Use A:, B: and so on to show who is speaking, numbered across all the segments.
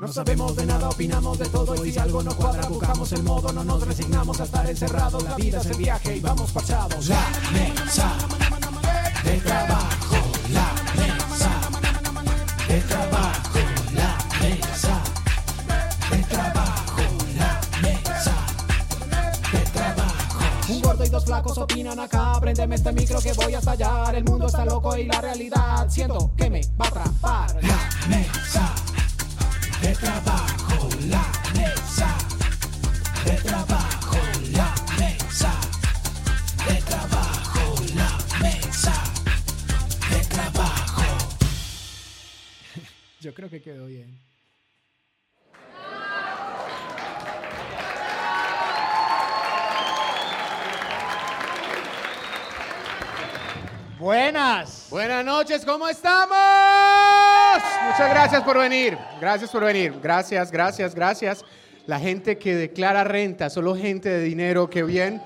A: No sabemos de nada, opinamos de todo y si algo no cuadra buscamos el modo, no nos resignamos a estar encerrados. La vida es el viaje y vamos parchados.
B: La mesa de trabajo, la mesa de trabajo, la mesa de trabajo, la mesa de trabajo.
A: Un gordo y dos flacos opinan acá. Prendeme este micro que voy a estallar. El mundo está loco y la realidad siento que me va a atrapar.
B: La mesa de trabajo, la mesa de trabajo, la mesa de trabajo, la mesa de trabajo.
A: Yo creo que quedó bien.
C: Buenas.
D: Buenas noches, ¿cómo estamos? Muchas gracias por venir, gracias por venir, gracias, gracias, gracias. La gente que declara renta, solo gente de dinero, qué bien.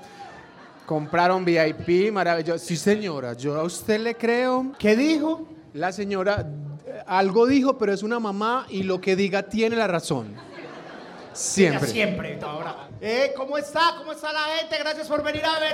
D: Compraron VIP, maravilloso. Sí, señora, yo a usted le creo. ¿Qué dijo? La señora eh, algo dijo, pero es una mamá y lo que diga tiene la razón.
C: Ya
D: Siempre.
C: siempre, toda brava. Eh, ¿Cómo está? ¿Cómo está la gente? Gracias por venir a ver.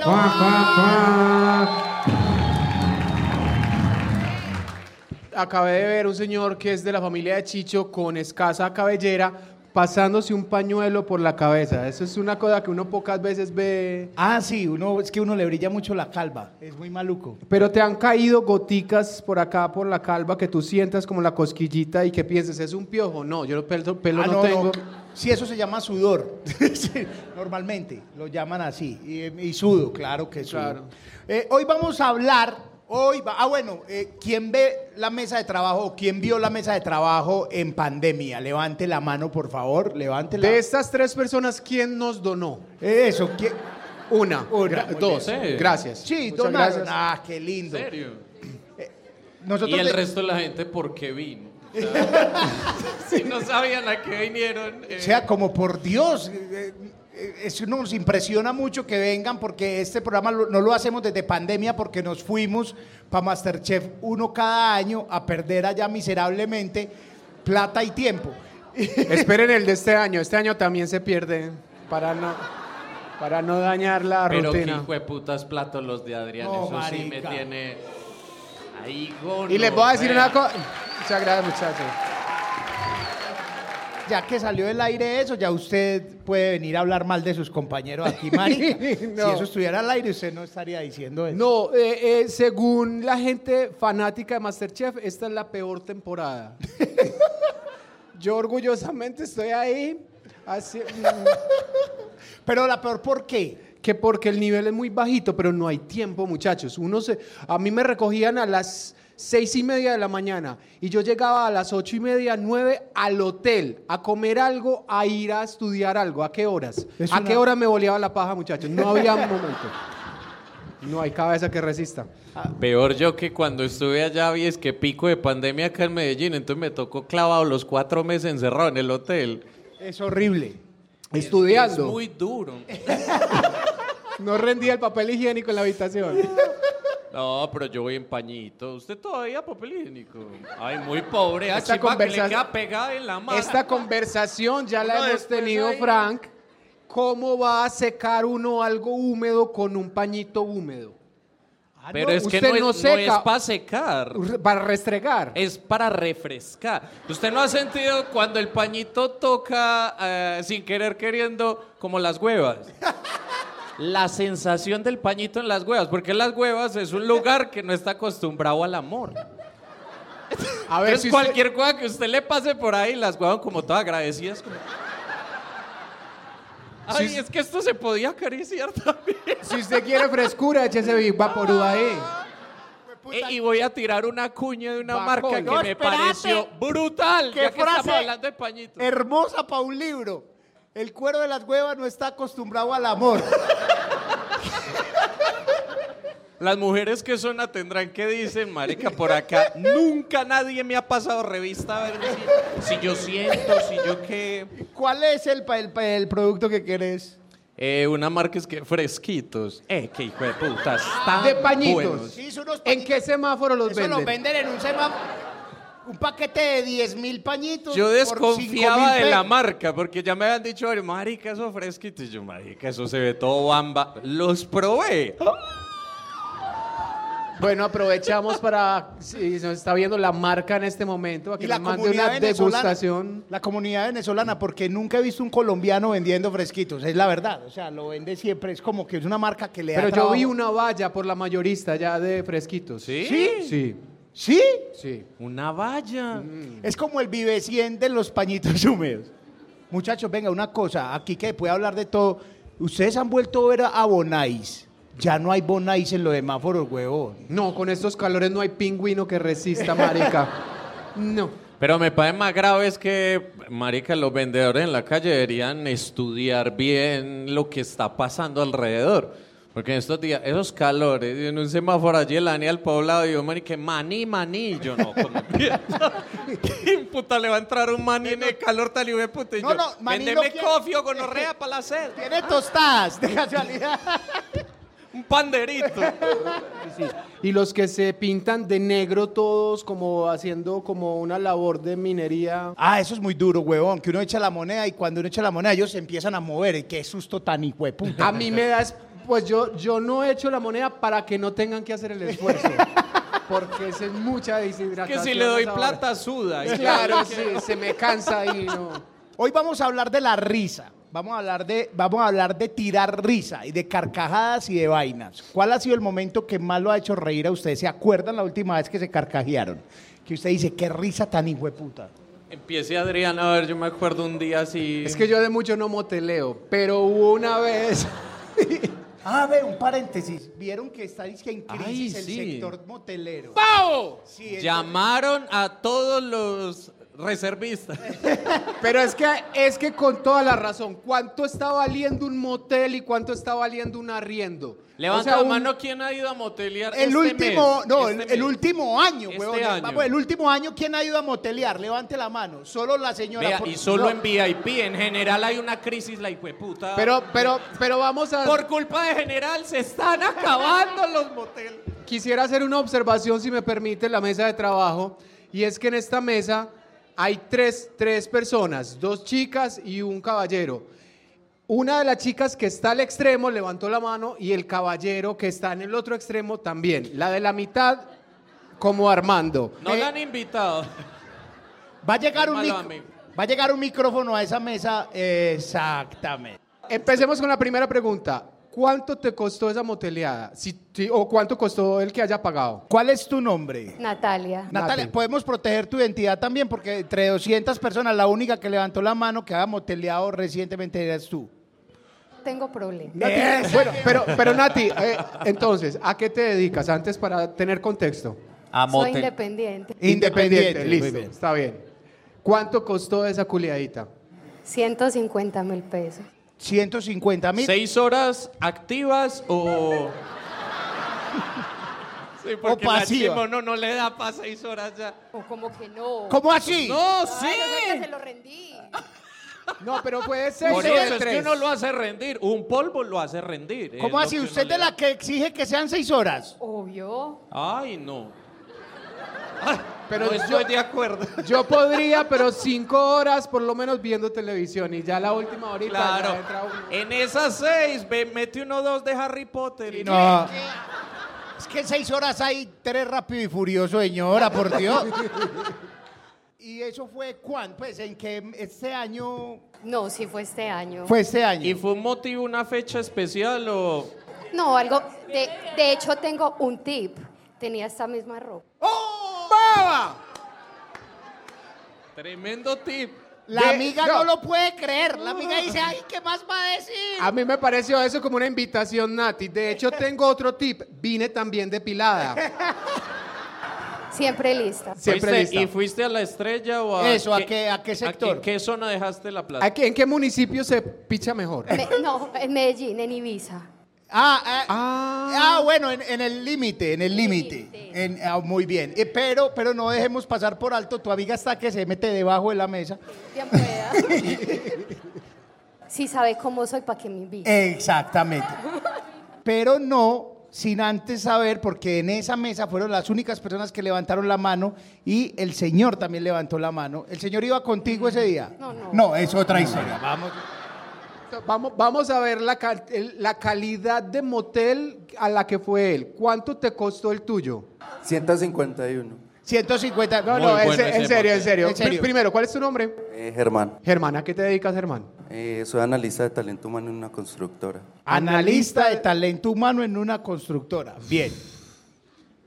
D: Acabé de ver un señor que es de la familia de Chicho con escasa cabellera pasándose un pañuelo por la cabeza. Eso es una cosa que uno pocas veces ve.
C: Ah, sí, uno, es que uno le brilla mucho la calva. Es muy maluco.
D: Pero te han caído goticas por acá, por la calva, que tú sientas como la cosquillita y que pienses, ¿es un piojo? No, yo pelo, pelo
C: Ah,
D: no, tengo.
C: Sí, eso se llama sudor. Sí, normalmente lo llaman así. Y, y sudo, claro que sudo.
D: Claro.
C: Eh, hoy vamos a hablar. Hoy va, ah, bueno, eh, ¿quién ve la mesa de trabajo? o ¿Quién vio la mesa de trabajo en pandemia? Levante la mano, por favor. Levante la.
D: De estas tres personas, ¿quién nos donó?
C: Eso, ¿quién?
D: Una.
C: Una,
D: Gra-
C: muy
D: dos.
C: bien.
E: Sí.
D: Gracias.
C: Sí,
D: Muchas
C: donaron.
D: gracias.
C: Ah, qué lindo.
E: ¿En serio?
C: Nosotros
E: Y el
C: de-
E: resto de la gente, ¿por qué vino? O sea, si no sabían a qué vinieron. eh,
C: O sea, como por Dios, eh, eh, eso nos impresiona mucho que vengan porque este programa lo- no lo hacemos desde pandemia porque nos fuimos para Masterchef uno cada año a perder allá miserablemente plata y tiempo.
D: Esperen el de este año. Este año también se pierde para no, para no dañar la
E: pero qué
D: rutina.
E: hijo de putas platos los de Adrián.
C: No,
E: Eso sí me
C: marica.
E: tiene. Ahí, gono,
D: Y les voy a decir
E: vea.
D: una cosa. Muchas gracias, muchachos.
C: Ya que salió del aire eso, ya usted puede venir a hablar mal de sus compañeros aquí, marica. Si
D: No.
C: eso estuviera al aire, usted no estaría diciendo eso.
D: No, eh, eh, según la gente fanática de Masterchef, esta es la peor temporada. Yo orgullosamente estoy ahí. así-
C: Pero la peor, ¿por qué?
D: que porque el nivel es muy bajito, pero no hay tiempo, muchachos. Uno se, a mí me recogían a las seis y media de la mañana y yo llegaba a las ocho y media, nueve al hotel a comer algo, a ir a estudiar algo. ¿A qué horas?
C: Es
D: ¿A
C: una-
D: qué hora me boleaba la paja, muchachos? No había momento. No hay cabeza que resista.
E: Peor yo que cuando estuve allá vi es que pico de pandemia acá en Medellín, entonces me tocó clavado los cuatro meses encerrado en el hotel.
C: Es horrible.
D: Estudiando.
E: Es muy duro.
D: No rendía el papel higiénico en la habitación.
E: No, pero yo voy en pañito. Usted todavía papel higiénico. Ay, muy pobre.
D: Esta
E: Esta
D: conversa-
E: conversación le queda pegada en la mano.
D: Esta conversación ya la
E: Uno
D: hemos
E: después
D: tenido,
E: ahí-
D: Frank. ¿Cómo va a secar uno algo húmedo con un pañito húmedo?
C: Ah,
E: Pero
C: no,
E: es que
D: usted
E: no, es-
D: no
E: no
D: seca.
E: es para secar.
D: Para restregar.
E: Es para refrescar. ¿Usted no ha sentido cuando el pañito toca eh, sin querer queriendo como las huevas? La sensación del pañito en las huevas, porque las huevas es un lugar que no está acostumbrado al amor.
D: A ver
E: Entonces,
D: Pues si usted-
E: cualquier cosa que usted le pase por ahí, las huevas como todas agradecidas. como- Ay, es que esto se podía acariciar también.
D: si usted quiere frescura, échese Big Vaporú ahí.
C: Pues
E: Eh, y voy a tirar una cuña de una
D: Bacol.
E: marca que
D: No,
E: me
C: espérate.
E: pareció brutal.
C: ¿Qué
E: ya que estamos
C: frase? Er-
E: hablando de pañitos.
C: Hermosa para un libro. El cuero de las huevas no está acostumbrado al amor.
E: Las mujeres que son tendrán que dicen, marica, por acá nunca nadie me ha pasado revista a ver si, si yo siento, si yo qué.
C: ¿Cuál es el, pa- el, pa- el producto que querés?
E: Eh, una marca es que fresquitos. Eh, qué hijo de putas.
D: De pañitos.
E: buenos.
C: Sí, son unos
D: ¿En qué semáforo los
C: Eso
D: venden?
C: los venden en un semáforo. un paquete de 10 mil pañitos.
E: Yo
C: por
E: desconfiaba
C: 5.000
E: de la
C: pe-
E: marca, porque ya me habían dicho, "Ay, marica, eso fresquito. Y yo, marica, eso se ve todo bamba. Los probé.
D: Bueno, aprovechamos para, si nos está viendo la marca en este momento, a que
C: Y la
D: nos mande una
C: comunidad venezolana.
D: degustación.
C: La comunidad venezolana, porque nunca he visto un colombiano vendiendo fresquitos, es la verdad. O sea, lo vende siempre, es como que es una marca que le da
D: Pero yo vi
C: trabajo.
D: una valla por la mayorista ya de fresquitos.
E: ¿Sí?
D: Sí,
C: ¿Sí?
D: sí.
E: Una valla.
C: Es como el vive 100 de los pañitos húmedos. Muchachos, venga, una cosa, aquí que puede hablar de todo. Ustedes han vuelto a ver a Bonais. Ya no hay Bonais en los semáforos, huevón.
D: No, con estos calores no hay pingüino que resista, marica. No.
E: Pero me parece más grave es que, marica, los vendedores en la calle deberían estudiar bien lo que está pasando alrededor. Porque en estos días, esos calores, y en un semáforo allí el Ani al poblado, y yo, marica, maní, maní, Y yo no, como ¿Quién puta le va a entrar un maní en el calor tal y de puta? Y
C: No,
E: yo,
C: no, maní no
E: "Véndeme
C: quiero".
E: cofio, gonorrea, para la sed,
C: Tiene tostadas, de casualidad.
E: un panderito.
D: Y los que se pintan de negro todos como haciendo como una labor de minería.
C: Ah, eso es muy duro, huevón, que uno echa la moneda y cuando uno echa la moneda ellos se empiezan a mover. Y qué susto tan hijueputa.
D: A mí me das, pues yo, yo no he hecho la moneda para que no tengan que hacer el esfuerzo. Porque esa es mucha
E: que
D: deshidratación.
E: si le doy
D: ahora.
E: plata, suda. Y yo,
D: Claro, sí, se me cansa y no.
C: Hoy vamos a hablar de la risa. Vamos a hablar de, vamos a hablar de tirar risa y de carcajadas y de vainas. ¿Cuál ha sido el momento que más lo ha hecho reír a usted? ¿Se acuerdan la última vez que se carcajearon? Que usted dice, qué risa tan hijueputa.
E: Empiece Adrián, a ver, yo me acuerdo un día así.
D: Es que yo de mucho no moteleo, pero hubo una vez.
C: Ah, ve, un paréntesis. Vieron que está dice, en crisis
E: Ay,
C: el
E: sí.
C: sector motelero.
D: ¡Pavo!
C: Sí, es-
E: Llamaron a todos los reservistas.
D: Pero es que, es que con toda la razón, ¿cuánto está valiendo un motel y cuánto está valiendo un arriendo?
E: Levanta
D: O sea,
E: la
D: un-
E: mano quién ha ido a motelear
C: El
E: este
C: último,
E: mes?
C: no,
E: Este
C: el, el
E: mes.
C: último año,
E: Este
C: huevón.
E: año.
C: Vamos, el último año, ¿quién ha ido a motelear? Levante la mano. Solo la señora.
E: Vea,
C: por-
E: y solo
C: no.
E: en VIP, en general hay una crisis, la hijueputa.
D: Pero, pero, pero vamos a.
E: por culpa de general se están acabando los moteles.
D: Quisiera hacer una observación, si me permite, en la mesa de trabajo. Y es que en esta mesa hay tres, tres personas, dos chicas y un caballero. Una de las chicas que está al extremo levantó la mano y el caballero que está en el otro extremo también. La de la mitad, como Armando.
E: No la han invitado.
C: Va a llegar un
E: Llámalo
C: mic-
E: a mí.
C: Va a llegar un micrófono a esa mesa. Exactamente.
D: Empecemos con la primera pregunta. ¿Cuánto te costó esa moteleada? Si- si- ¿O cuánto costó el que haya pagado?
C: ¿Cuál es tu nombre?
F: Natalia.
C: Natalia,
D: Nati.
C: podemos proteger tu identidad también porque entre 200 personas la única que levantó la mano que había moteleado recientemente eres tú.
F: Tengo problemas.
D: Nati, bueno, pero, pero Nati, eh, entonces, ¿a qué te dedicas antes para tener contexto?
E: A
C: Ah,
F: Soy independiente.
C: Independiente, muy
D: listo,
C: bien.
D: está bien. ¿Cuánto costó esa culiadita?
F: 150 mil pesos.
C: 150 mil.
E: ¿Seis horas activas o...? sí, porque
C: O
E: la
C: pasiva.
E: chimono no le da para seis horas ya.
F: O como que no.
C: ¿Cómo así?
E: ¡No, sí!
F: Ay, no, que se lo rendí.
D: No, pero puede ser.
E: Por eso es que uno lo hace rendir. Un polvo lo hace rendir. es
C: ¿Cómo
E: lo
C: así?
E: Eh, que uno
C: ¿Usted
E: le
C: de
E: da.
C: la que exige que sean seis horas?
F: Obvio.
E: Ay, no.
D: Pero
E: Pero
D: yo-
E: estoy de acuerdo.
D: Yo podría, pero cinco horas por lo menos viendo televisión y ya la última horita ya
E: Claro.
D: entra uno.
E: En esas seis, ve, mete uno dos de Harry Potter. Y
C: No. Es que seis horas hay tres rápido y furioso, señora, por Dios. ¿Y eso fue cuándo? Pues en que este año.
F: No, sí fue este año.
C: Fue este año.
E: ¿Y fue un motivo, una fecha especial o...?
F: No, algo. De, de hecho, tengo un tip. Tenía esta misma ropa.
D: ¡Oh,
E: Tremendo tip.
C: La
D: De-
C: amiga no.
D: no.
C: lo puede creer. La amiga dice, ay, ¿qué más va a decir?
D: A mí me pareció eso como una invitación, Nati. De hecho, tengo otro tip. Vine también depilada.
F: Siempre lista.
D: Siempre
E: Fuiste-
D: lista.
E: ¿Y fuiste a la estrella o a...?
C: Eso, ¿a qué- a qué sector?
E: ¿En qué zona dejaste la plata?
D: ¿A qué- ¿En qué municipio se picha mejor?
F: Me- no, en Medellín, en Ibiza.
C: Ah, ah,
D: Ah.
C: ah, bueno, en, en el límite, en el límite.
F: Límite.
C: En- ah, muy bien. Eh, pero, pero no dejemos pasar por alto. Tu amiga está que se mete debajo de la mesa.
F: Bien pueda. Si sabe cómo soy, ¿para qué me invita?
C: Exactamente. pero no sin antes saber, porque en esa mesa fueron las únicas personas que levantaron la mano y el señor también levantó la mano. ¿El señor iba contigo ese día?
G: No, no.
C: es otra historia. Vamos.
D: Vamos, vamos a ver la, cal- el- la calidad de motel a la que fue él. ¿Cuánto te costó el tuyo?
H: 151.
C: 150.
D: No,
E: Muy
D: no, en,
E: bueno
D: se- en
E: ese
D: serio, en
E: motel.
D: serio.
C: En serio.
D: Pri- primero, ¿cuál es tu nombre?
H: Eh, Germán,
D: Germán, ¿a qué te dedicas, Germán?
H: eh, soy analista de talento humano en una constructora.
C: Analista de talento humano en una constructora. Bien.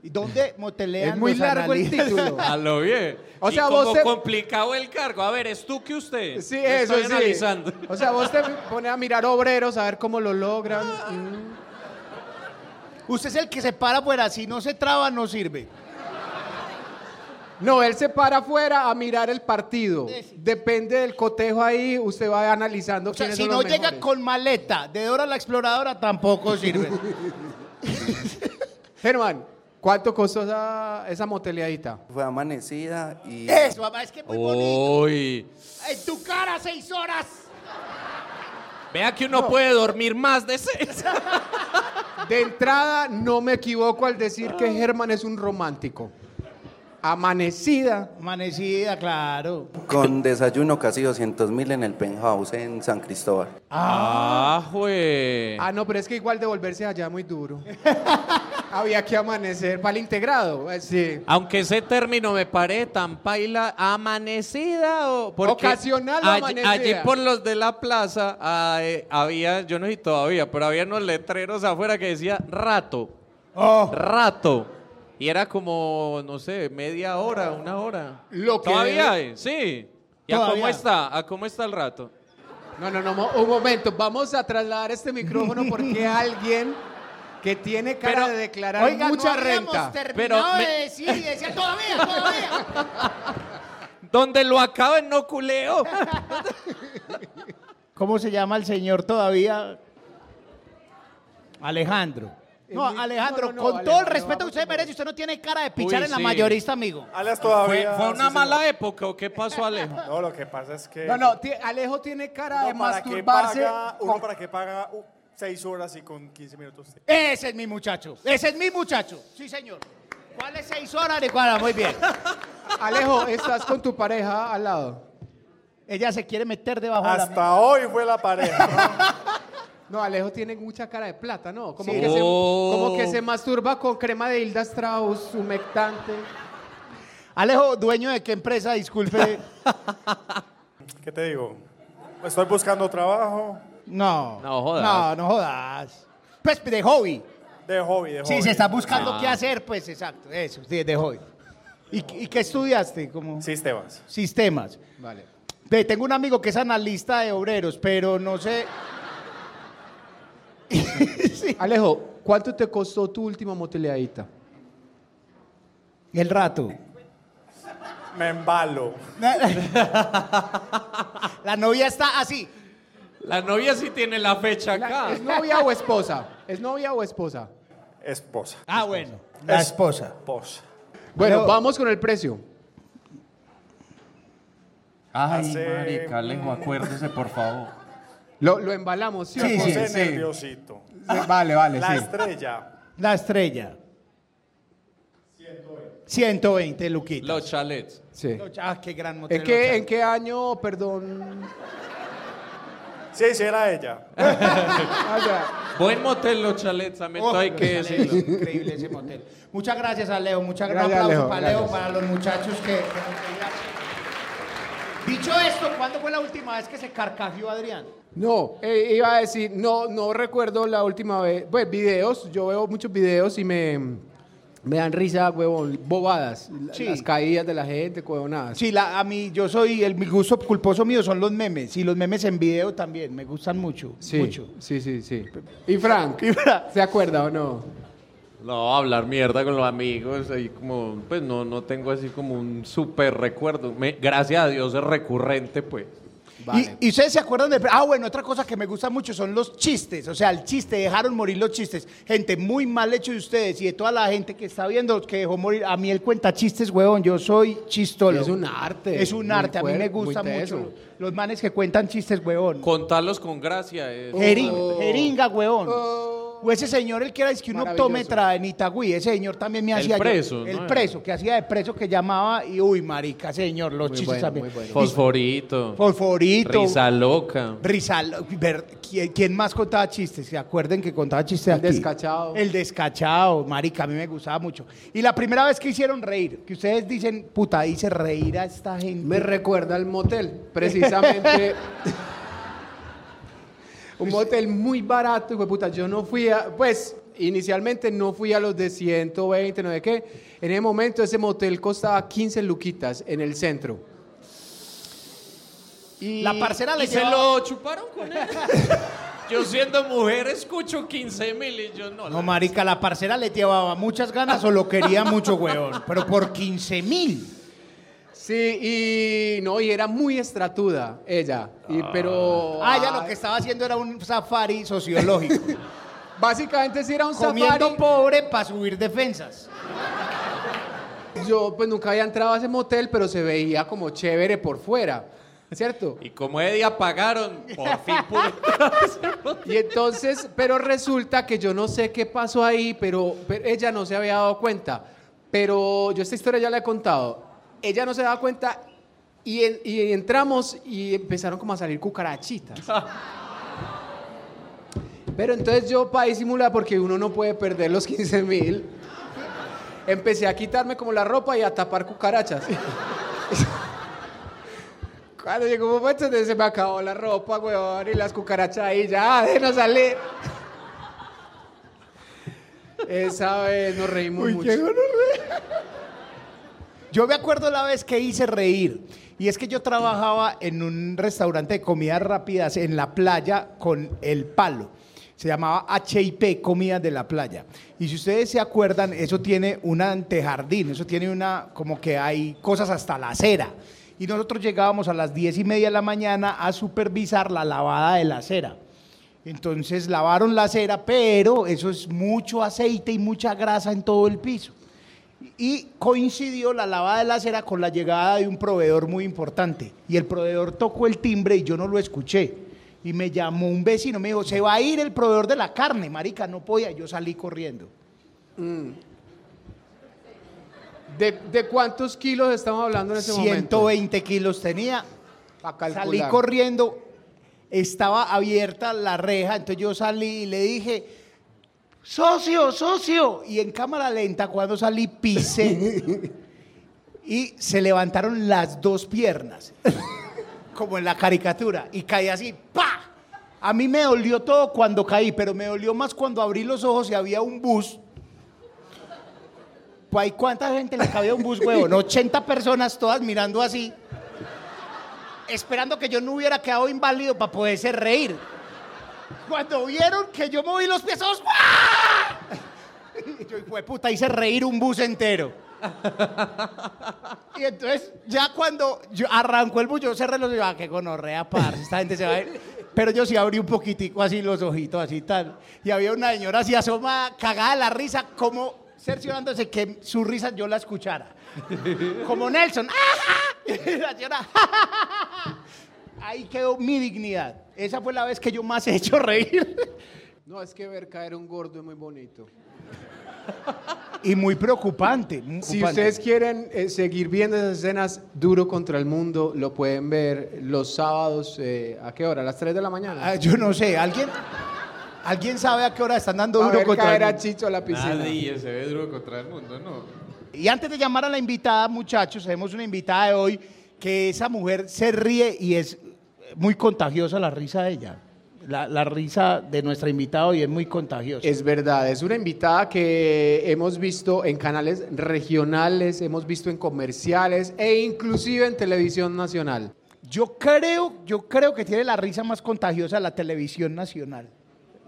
C: ¿Y dónde motelean
D: Es muy
C: los
D: largo el
C: analistas?
D: título.
E: A lo bien.
D: O
E: Y
D: sea,
E: como
D: vos te-
E: complicado el cargo. A ver, es tú que usted.
D: Sí,
E: Lo
D: eso
E: estoy
D: sí.
E: analizando.
D: O sea, vos te pones a mirar obreros, a ver cómo lo logran. Mm.
C: Usted es el que se para fuera, si no se traba no sirve.
D: No, él se para afuera a mirar el partido. Depende del cotejo ahí, usted va analizando.
C: O sea,
D: quiénes
C: si
D: son
C: no
D: los
C: llega
D: mejores.
C: con maleta de Dora la Exploradora tampoco sirve.
D: Germán, ¿cuánto costó esa, esa moteleadita?
H: Fue amanecida y...
C: Eso, mamá, es que es muy bonito.
E: Uy.
C: En tu cara seis horas.
E: Vea que uno puede dormir más de seis.
D: De entrada, no me equivoco al decir que Germán es un romántico. Amanecida.
C: Amanecida, claro.
H: Con desayuno casi 200 mil en el penthouse en San Cristóbal.
E: Ah, jue.
D: Ah, no, pero es que igual de volverse allá muy duro. Había que amanecer para el integrado. eh, Sí.
E: Aunque ese término me pare tan paila, amanecida o porque
D: Ocasional o
E: all-
D: amanecida.
E: Allí por los de la plaza ah, eh, había, yo no sé si todavía, pero había unos letreros afuera que decía rato,
C: Oh.
E: rato. Y era como, no sé, media hora, una hora.
D: Lo que-
E: Todavía hay, sí. ¿Y a
C: Todavía.
E: cómo está? ¿A cómo está el rato?
D: No, no, no, mo- un momento. Vamos a trasladar este micrófono porque alguien que tiene cara
E: Pero-
D: de declarar mucha renta.
E: terminado Pero me- de
C: decir y decía todavía, todavía.
E: Donde lo acaben no culeo.
C: ¿Cómo se llama el señor todavía? Alejandro. No,
D: Eh, mi-
C: Alejandro,
D: no, no, no,
C: con todo el
D: Alejandro,
C: respeto que usted merece, usted no tiene cara de pichar
E: Uy,
C: en la
E: sí.
C: mayorista, amigo.
I: Alas
E: ¿Fue,
I: todavía.
E: fue una
I: sí,
E: mala época o qué pasó, Alejo?
I: señor. No, lo que pasa es que.
D: No, no, ti- Alejo tiene cara de
I: uno para qué
D: masturbarse.
I: paga, uno
D: con-
I: para qué paga uh, seis horas y con 15 minutos.
C: Ese es mi muchacho. Ese es mi muchacho. Sí, señor. ¿Cuál es seis horas de cuadra? Muy bien.
D: Alejo, estás con tu pareja al lado.
C: Ella se quiere meter debajo de la mesa.
I: Hasta hoy fue la pareja.
D: No, Alejo tiene mucha cara de plata, ¿no? Como,
E: Sí.
D: que, se,
E: Oh.
D: como que se masturba con crema de Hilda Strauss, humectante.
C: Alejo, dueño de qué empresa, disculpe.
I: ¿Qué te digo? Estoy buscando trabajo
C: No.
E: No jodas.
C: No, no jodas. Pues de hobby.
I: de hobby, de hobby.
C: Sí, se está buscando
E: Ah.
C: qué hacer, pues exacto. Eso, sí, de hobby. ¿Y, y qué estudiaste? Como
I: Sistemas.
C: sistemas.
D: Vale.
C: Ve, tengo un amigo que es analista de obreros, pero no sé. Sí.
D: Alejo, ¿cuánto te costó tu última moteleadita?
C: El rato.
I: Me embalo.
C: La novia está así.
E: La novia sí tiene la fecha acá.
D: Ah, ¿Es novia o esposa? ¿Es novia o esposa?
I: Esposa.
C: Ah, bueno. La esposa.
I: Esposa.
D: Bueno,
C: Pero-
D: vamos con el precio.
H: Ay,
I: Hace- marica,
H: Alejo, acuérdese, por favor.
D: Lo, lo embalamos, ¿sí? o
I: Me
D: no?
I: puse nerviosito.
D: Vale, vale,
I: La
D: sí.
I: estrella.
C: La estrella. 120, Luquita.
E: Los chalets.
D: sí.
C: Ah, qué gran motel.
D: ¿En, qué, ¿En qué año, perdón?
I: Sí, sí, era ella.
D: Ah, ya.
E: Buen motel los chalets, también
C: Oh,
E: hay que
C: Los Chalets,
E: decirlo.
C: Increíble ese motel. Muchas gracias a Leo, muchas gracias.
D: Gracias,
C: Un aplauso
D: Alejo,
C: para Leo,
D: gracias.
C: para los muchachos que. Dicho esto, ¿cuándo fue la última vez que se carcajeó Adrián?
D: No, eh, iba a decir, no, no recuerdo la última vez. Pues videos, yo veo muchos videos y me, me dan risa, huevón, bobadas. la-
C: Sí.
D: Las caídas de la gente, huevonadas.
C: Sí, la- a mí, yo soy, el mi gusto culposo mío son los memes, y los memes en video también, me gustan mucho,
D: sí,
C: mucho.
D: sí, sí, sí. ¿Y Frank?
C: Y Frank.
D: ¿Se acuerda o no?
E: No, hablar mierda con los amigos, ahí como, pues no, no tengo así como un súper recuerdo. Me- gracias a Dios es recurrente, pues.
D: Vale.
C: Y, y ustedes se acuerdan de... Ah, bueno, otra cosa que me gusta mucho son los chistes. O sea, el chiste, dejaron morir los chistes. Gente, muy mal hecho de ustedes y de toda la gente que está viendo que dejó morir. A mí el cuenta chistes, huevón, yo soy chistolo.
D: Es un arte,
C: Es un
D: muy
C: arte, a mí me
D: fuerte,
C: gusta
D: muy teso.
C: mucho. Los manes que cuentan chistes, huevón.
E: Contarlos con gracia. es-
J: Oh.
C: Jeringa, jeringa, huevón.
D: Oh.
C: O ese señor, el que era es que un
D: Maravilloso.
C: optómetra en Itagüí, ese señor también me
J: El
C: hacía. yo-
J: preso,
C: El
J: ¿no?
C: preso, que hacía de preso, que llamaba y uy, marica, señor, los
D: Muy
C: chistes
D: bueno,
C: también.
D: muy bueno.
J: Fosforito.
C: Fosforito.
J: Risa loca.
C: Rizal, ver- ¿quién, quién más contaba chistes? ¿Se acuerden que contaba chistes
D: El
C: aquí?
D: descachado.
C: El descachado, marica, a mí me gustaba mucho. Y la primera vez que hicieron reír, que ustedes dicen, puta, hice reír a esta gente.
D: Me recuerda al motel, precisamente. un motel muy barato, hijo de puta. Yo no fui a. Pues, inicialmente no fui a los de 120, no de qué. En ese momento, ese motel costaba 15 luquitas en el centro. Y,
C: La parcera le
J: ¿Y se
C: llevaba-
J: lo chuparon con él? yo siendo mujer escucho 15 mil y yo no.
C: No,
J: la-
C: marica, la parcera le llevaba muchas ganas o lo quería mucho, weón. Pero por 15 mil.
D: Sí, y no, y era muy estratuda ella. Y, pero.
C: Ah, ya lo que estaba haciendo era un safari sociológico.
D: Básicamente, sí era un
C: comiendo
D: safari.
C: pobre para subir defensas.
D: Yo pues nunca había entrado a ese motel, pero se veía como chévere por fuera, ¿cierto?
J: Y como Eddie apagaron, por fin pude.
D: Y entonces, pero resulta que yo no sé qué pasó ahí, pero, pero ella no se había dado cuenta. Pero yo esta historia ya la he contado. Ella no se daba cuenta y, en- y entramos y empezaron como a salir cucarachitas. Pero entonces yo para disimular, porque uno no puede perder los 15 mil, empecé a quitarme como la ropa y a tapar cucarachas. Cuando llegó un momento donde se me acabó la ropa, weón, y las cucarachas ahí, ya, déjenos salir. Esa vez nos reímos mucho.
C: Yo me acuerdo la vez que hice reír. Y es que yo trabajaba en un restaurante de comidas rápidas en la playa con El Palo. Se llamaba HIP, Comidas de la Playa. Y si ustedes se acuerdan, eso tiene un antejardín, eso tiene una, como que hay cosas hasta la acera. Y nosotros llegábamos a las 10 y media de la mañana a supervisar la lavada de la acera. Entonces lavaron la acera, pero eso es mucho aceite y mucha grasa en todo el piso. Y coincidió la lavada de la acera con la llegada de un proveedor muy importante. Y el proveedor tocó el timbre y yo no lo escuché. Y me llamó un vecino, me dijo, se va a ir el proveedor de la carne, marica, no podía. Yo salí corriendo.
D: ¿De, de cuántos kilos estamos hablando en ese momento?
C: 120 kilos tenía.
D: Pa' calcular.
C: Salí corriendo, estaba abierta la reja, entonces yo salí y le dije, socio, socio. Y en cámara lenta, cuando salí, pisé y se levantaron las dos piernas, como en la caricatura, y caí así, ¡pa! A mí me dolió todo cuando caí, pero me dolió más cuando abrí los ojos y había un bus. Pues, ¿y ¿Cuánta gente le cabía un bus, huevón? 80 personas todas mirando así esperando que yo no hubiera quedado inválido para poderse reír. Cuando vieron que yo moví los pies, ¡ah! Y yo, hijo de puta, hice reír un bus entero. Y entonces, ya cuando yo arrancó el bus, yo cerré los ojos, ah, qué gonorrea, parce, esta gente se va a ir. Pero yo sí abrí un poquitico así los ojitos, así tal. Y había una señora así asomada, cagada de la risa, como cerciorándose que su risa yo la escuchara. Como Nelson, ¡ah! Y la señora, ¡ah! Ahí quedó mi dignidad. Esa fue la vez que yo más he hecho reír.
D: No, es que ver caer un gordo es muy bonito.
C: Y muy preocupante. muy
D: Si
C: preocupante.
D: ustedes quieren eh, seguir viendo esas escenas duro contra el mundo, lo pueden ver los sábados, eh, ¿a qué hora? ¿A las 3 de la mañana?
C: Ah, yo no sé, ¿alguien, ¿alguien sabe a qué hora están dando
D: Pa'
C: duro
D: ver
C: contra
D: caer
C: el
D: a
C: mundo?
D: Chicho a la piscina.
J: Nadie se ve duro contra el mundo, no.
C: Y antes de llamar a la invitada, muchachos, tenemos una invitada de hoy que esa mujer se ríe y es muy contagiosa la risa de ella. La, la risa de nuestra invitada hoy es muy contagiosa.
D: Es verdad, es una invitada que hemos visto en canales regionales, hemos visto en comerciales e inclusive en televisión nacional.
C: Yo creo, yo creo que tiene la risa más contagiosa de la televisión nacional.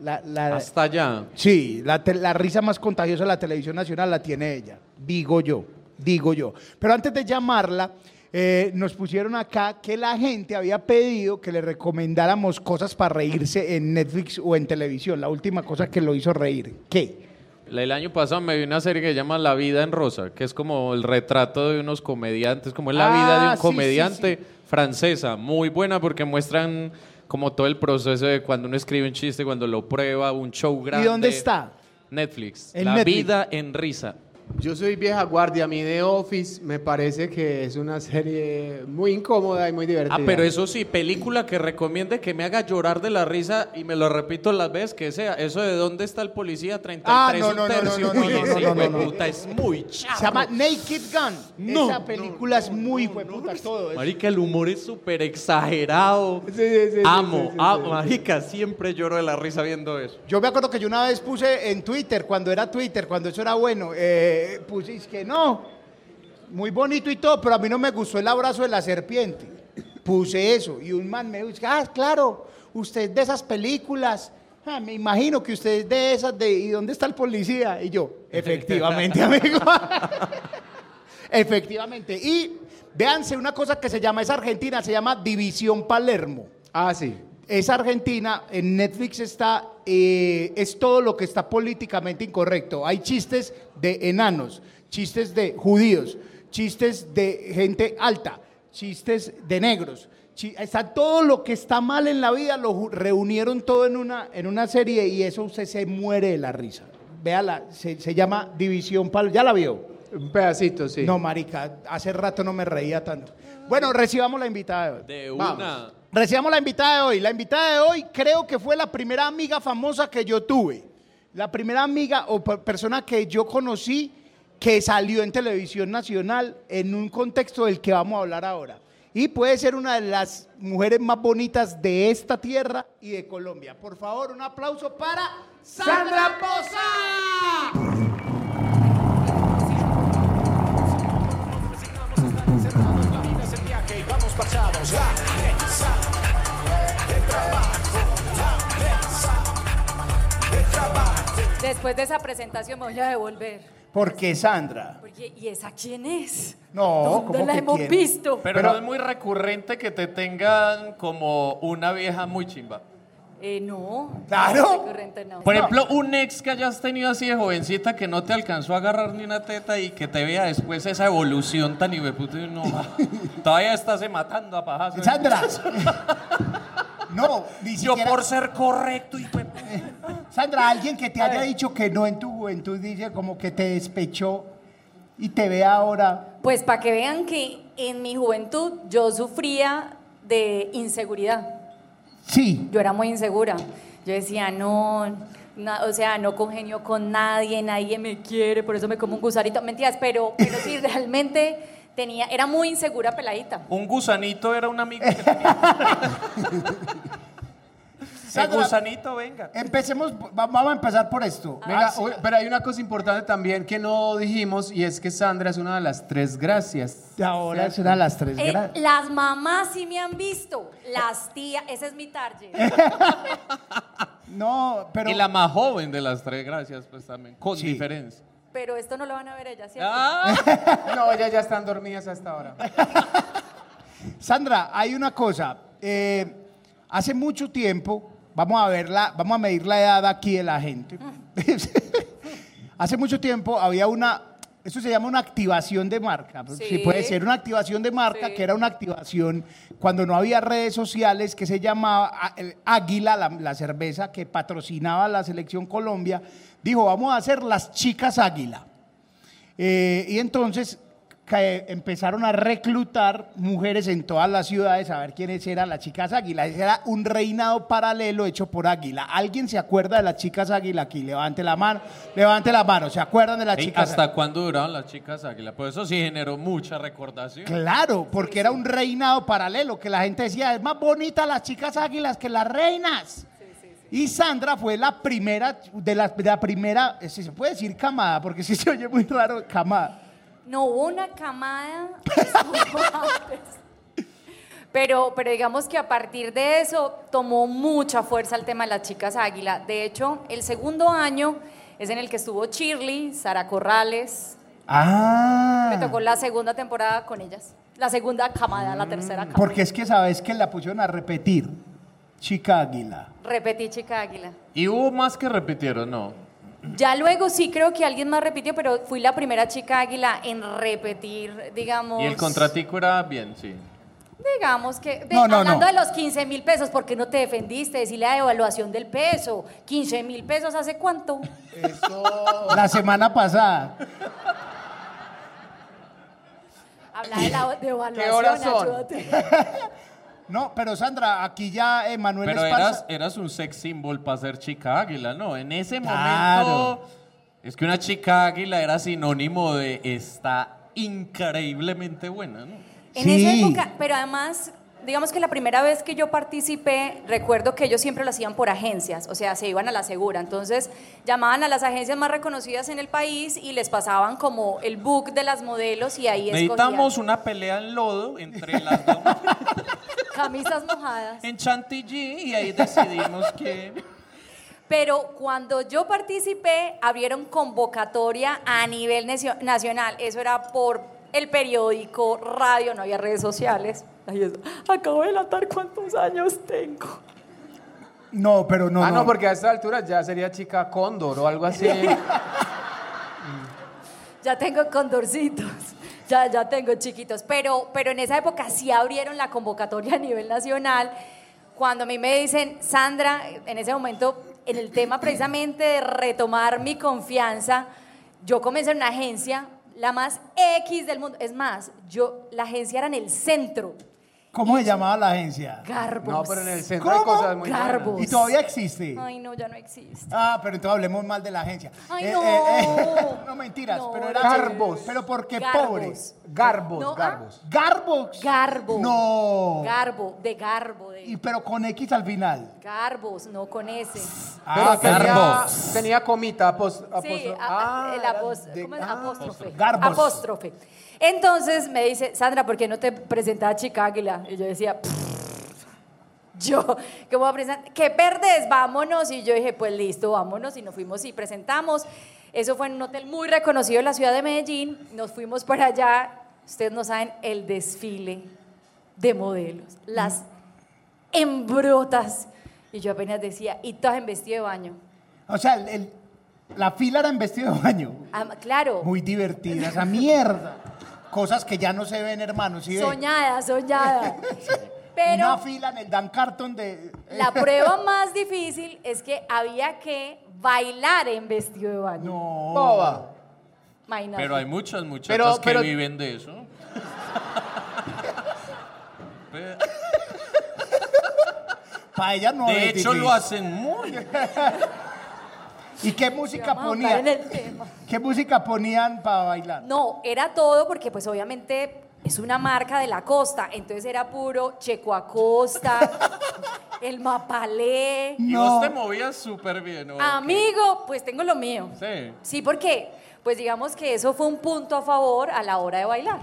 C: La, la-
J: Hasta allá.
C: Sí, la, te- la risa más contagiosa de la televisión nacional la tiene ella, digo yo, digo yo. Pero antes de llamarla, eh, nos pusieron acá que la gente había pedido que le recomendáramos cosas para reírse en Netflix o en televisión, la última cosa que lo hizo reír. ¿Qué?
J: La- El año pasado me vi una serie que se llama La vida en rosa, que es como el retrato de unos comediantes, como es la
C: Ah,
J: vida de un
C: sí,
J: comediante francesa, muy buena porque muestran como todo el proceso de cuando uno escribe un chiste, cuando lo prueba, un show grande.
C: dónde está?
J: Netflix.
C: En
J: La
C: Netflix.
J: vida en risa.
D: Yo soy vieja guardia, a mí The Office me parece que es una serie muy incómoda y muy divertida.
J: Ah, pero eso sí, película que recomiende que me haga llorar de la risa y me lo repito las veces que sea. Eso de dónde está el policía 33
C: Ah, no, no,
J: un
C: no, no,
J: tercio.
C: no, no,
J: Uy,
C: no,
J: ese
C: no, no, no,
J: hijueputa es muy
C: Se
J: chato.
C: llama Naked Gun.
J: Ah, No,
C: Esa película es muy hueputa, todo. es-
J: Marica, el humor es súper exagerado.
D: Pues, Sí, sí, sí, sí,
J: amo,
D: sí, sí,
J: amo.
D: sí.
J: Marica, siempre lloro de la risa viendo eso.
C: Yo me acuerdo que yo una vez puse en Twitter, cuando era Twitter, cuando eso era bueno, eh, puse es que no, muy bonito y todo, pero a mí no me gustó el abrazo de la serpiente. Puse eso y un man me dijo, ah, claro, usted es de esas películas. Ah, me imagino que usted es de esas de ¿y dónde está el policía? Y yo, efectivamente, amigo. efectivamente. Y véanse una cosa que se llama, es Argentina, se llama División Palermo
D: Ah, sí.
C: es Argentina, en Netflix está, eh, es todo lo que está políticamente incorrecto. Hay chistes de enanos, chistes de judíos, chistes de gente alta, chistes de negros. chi- Está todo lo que está mal en la vida, lo ju- reunieron todo en una, en una serie y eso usted se muere de la risa. Véala, se, se llama División Pal. ¿Ya la vio?
D: Un pedacito, sí.
C: No, marica, hace rato no me reía tanto. Bueno, recibamos la invitada de hoy.
J: De
C: Vamos.
J: una.
C: Recibamos la invitada de hoy. La invitada de hoy creo que fue la primera amiga famosa que yo tuve. La primera amiga o per- persona que yo conocí que salió en televisión nacional en un contexto del que vamos a hablar ahora. Y puede ser una de las mujeres más bonitas de esta tierra y de Colombia. Por favor, un aplauso para Sandra Poza.
K: Después de esa presentación me voy a devolver.
C: Porque Sandra.
K: Porque, ¿y esa quién es?
C: No,
K: ¿Dónde
C: ¿cómo
K: la
C: que
K: hemos
C: quién?
K: visto?
E: Pero,
C: Pero-
E: no es muy recurrente que te tengan como una vieja muy chimba.
K: Eh, no.
C: Claro.
K: No, recurrente, no.
E: Por ejemplo, un ex que hayas tenido así de jovencita que no te alcanzó a agarrar ni una teta y que te vea después esa evolución tan hijueputa y no, ma, todavía estás eh, matando a pajas. eh.
C: Sandra. No, ni
E: Yo
C: siquiera-
E: por ser correcto y
C: Sandra, alguien que te haya dicho que no en tu juventud, dice como que te despechó y te ve ahora.
K: Pues para que vean que en mi juventud yo sufría de inseguridad.
C: Sí.
K: Yo era muy insegura. Yo decía, no, na- o sea, no congenio con nadie, nadie me quiere, por eso me como un gusarito. Mentiras, pero, pero sí, realmente tenía, era muy insegura peladita.
E: un gusanito era un amigo que tenía. El
C: Sandra, eh,
E: gusanito, venga.
C: Empecemos, va- vamos a empezar por esto.
D: Venga, uy, pero hay una cosa importante también que no dijimos y es que Sandra es una de las tres gracias.
C: Ahora serán las tres
K: Eh,
C: gracias.
K: las mamás sí me han visto, las tías, ese es mi target.
C: No, pero.
E: Y la más joven de las tres gracias, pues también, con
C: Sí.
E: diferencia.
K: Pero esto no lo van a ver ellas, ¿cierto?
E: Ah.
D: No, ellas ya están dormidas hasta ahora.
C: Sandra, hay una cosa. eh, hace mucho tiempo, vamos a verla, vamos a medir la edad aquí de la gente. hace mucho tiempo había una, eso se llama una activación de marca.
K: Sí.
C: Si puede ser una activación de marca,
K: Sí.
C: que era una activación cuando no había redes sociales, que se llamaba ah, el Águila, la, la cerveza que patrocinaba la selección Colombia, dijo, vamos a hacer las chicas Águila. Eh, y entonces ca- eh, empezaron a reclutar mujeres en todas las ciudades a ver quiénes eran las chicas águilas. Ese era un reinado paralelo hecho por águila. ¿Alguien se acuerda de las chicas águila aquí? Levante la mano, levante la mano. ¿Se acuerdan de las
E: Ey,
C: chicas
E: ¿Hasta cuándo duraron las chicas águila? Pues eso sí generó mucha recordación.
C: Claro, porque era un reinado paralelo que la gente decía, es más bonita las chicas águilas que las reinas. Y Sandra fue la primera, de la, de la primera, eh, si se puede decir camada, porque si se oye muy raro, camada.
K: No hubo una camada que estuvo antes. Pero, pero digamos que a partir de eso tomó mucha fuerza el tema de las chicas águila. De hecho, el segundo año es en el que estuvo Shirley, Sara Corrales.
C: Ah.
K: Me tocó la segunda temporada con ellas. La segunda camada, la tercera camada.
C: Porque es que sabes que la pusieron a repetir. Chica Águila.
K: Repetí chica águila.
E: Y hubo más que repitieron, ¿no?
K: Ya luego sí creo que alguien más repitió, pero fui la primera chica águila en repetir, digamos.
E: Y el contratico era bien, sí.
K: Digamos que, de-
C: No, no, no.
K: hablando de los 15 mil pesos, ¿por qué no te defendiste? Decirle la devaluación del peso. 15 mil pesos, ¿hace cuánto?
C: La semana pasada.
K: Habla de la devaluación.
C: horas son?
K: ayúdate.
C: No, pero Sandra, aquí ya eh, Manuel
E: Pero
C: Esparza-
E: eras, eras un sex symbol para ser chica águila, ¿no? En ese
C: Claro.
E: momento. Es que una chica águila era sinónimo de está increíblemente buena, ¿no?
K: En esa época, pero además, digamos que la primera vez que yo participé, recuerdo que ellos siempre lo hacían por agencias, o sea, se iban a la segura. Entonces, llamaban a las agencias más reconocidas en el país y les pasaban como el book de las modelos y ahí
E: Necesitamos
K: escogían
E: una pelea en lodo entre las
K: camisas mojadas.
E: en Chantilly y ahí decidimos que
K: Pero cuando yo participé, abrieron convocatoria a nivel necio- nacional. Eso era por el periódico, radio, no había redes sociales. Ay, eso- Acabo de delatar cuántos años tengo.
C: No, pero no.
D: Ah, no, porque a esta altura ya sería chica cóndor o algo así.
K: Ya tengo condorcitos, ya, ya tengo chiquitos. Pero, pero en esa época sí abrieron la convocatoria a nivel nacional. Cuando a mí me dicen, Sandra, en ese momento, en el tema precisamente de retomar mi confianza, yo comencé en una agencia, la más X del mundo. Es más, yo, la agencia era en el centro.
C: ¿Cómo se llamaba la agencia?
K: Garbos.
D: No, pero en el centro hay cosas muy buenas.
K: Garbos.
C: Y todavía existe.
K: Ay, no, ya no existe.
C: Ah, pero entonces hablemos mal de la agencia.
K: Ay,
C: Eh,
K: no.
C: eh, eh. No, mentiras,
K: No,
C: pero era
D: Garbos.
C: Pero porque
K: Garbos.
C: pobres.
D: Garbos,
K: No, ah.
D: garbos.
C: Garbos.
K: Garbo.
C: No.
K: Garbo, de garbo, de
C: Y pero con X al final.
K: garbos, no con ese.
C: Ah,
D: Pero tenía,
E: garbos.
D: tenía comita, apos,
K: Sí,
D: apóstolo.
K: a- a- el
D: era
K: apos-
D: de-
K: ¿cómo es?
D: ah,
K: apóstrofe.
C: Garbos.
K: Apóstrofe. Entonces me dice, Sandra, ¿por qué no te presentaba Chica Águila? Y yo decía, "Pff, yo, ¿qué voy a presentar? ¿Qué perdes? Vámonos. Y yo dije, pues listo, vámonos. Y nos fuimos y presentamos. Eso fue en un hotel muy reconocido en la ciudad de Medellín. Nos fuimos para allá. Ustedes no saben el desfile de modelos, las embrotas. Y yo apenas decía, y todas en vestido de baño.
C: O sea, el- el- la fila era en vestido de baño.
K: Ah, claro.
C: Muy divertida esa mierda. Cosas que ya no se ven, hermano. ¿sí ve?
K: Soñada, soñada.
C: Una
K: Pero
C: fila en el Dan Carton de. eh,
K: la prueba más difícil es que había que bailar en vestido de baño.
C: No.
D: Boba.
K: Imagínate.
E: pero hay muchas muchachas
D: Pero-
E: que
D: pero-
E: viven de eso. Pero-
C: Para ella no
E: de
C: es
E: hecho
C: difícil.
E: lo hacen muy
C: ¿Y qué
K: Vamos
C: música
K: a ahondar en
C: ponían?
K: el tema.
C: ¿Qué música ponían para bailar?
K: No, era todo porque pues obviamente es una marca de la costa, entonces era puro Checo Acosta, el Mapalé.
E: y
C: No.
E: vos te movías súper bien. ¿o?
K: Amigo, pues tengo lo mío.
E: Sí.
K: Sí, porque pues digamos que eso fue un punto a favor a la hora de bailar.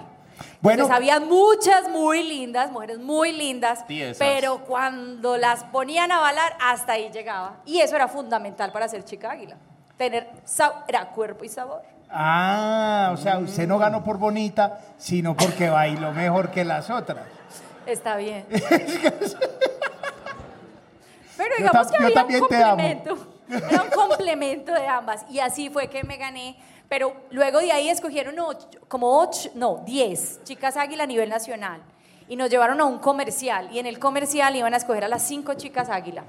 C: Bueno.
K: Bueno, había muchas muy lindas, mujeres muy lindas,
E: Tiesas.
K: pero cuando las ponían a bailar hasta ahí llegaba y eso era fundamental para ser chica águila, tener sa- era cuerpo y sabor.
C: Ah, o sea, usted no ganó por bonita, sino porque bailó mejor que las otras.
K: Está bien. Pero
C: Yo
K: digamos
C: tam-
K: que
C: yo
K: había
C: también
K: un
C: te amo.
K: complemento. Era un complemento de ambas. Y así fue que me gané. Pero luego de ahí escogieron ocho- como ocho, no, diez chicas águila a nivel nacional. Y nos llevaron a un comercial. Y en el comercial iban a escoger a las cinco chicas águila.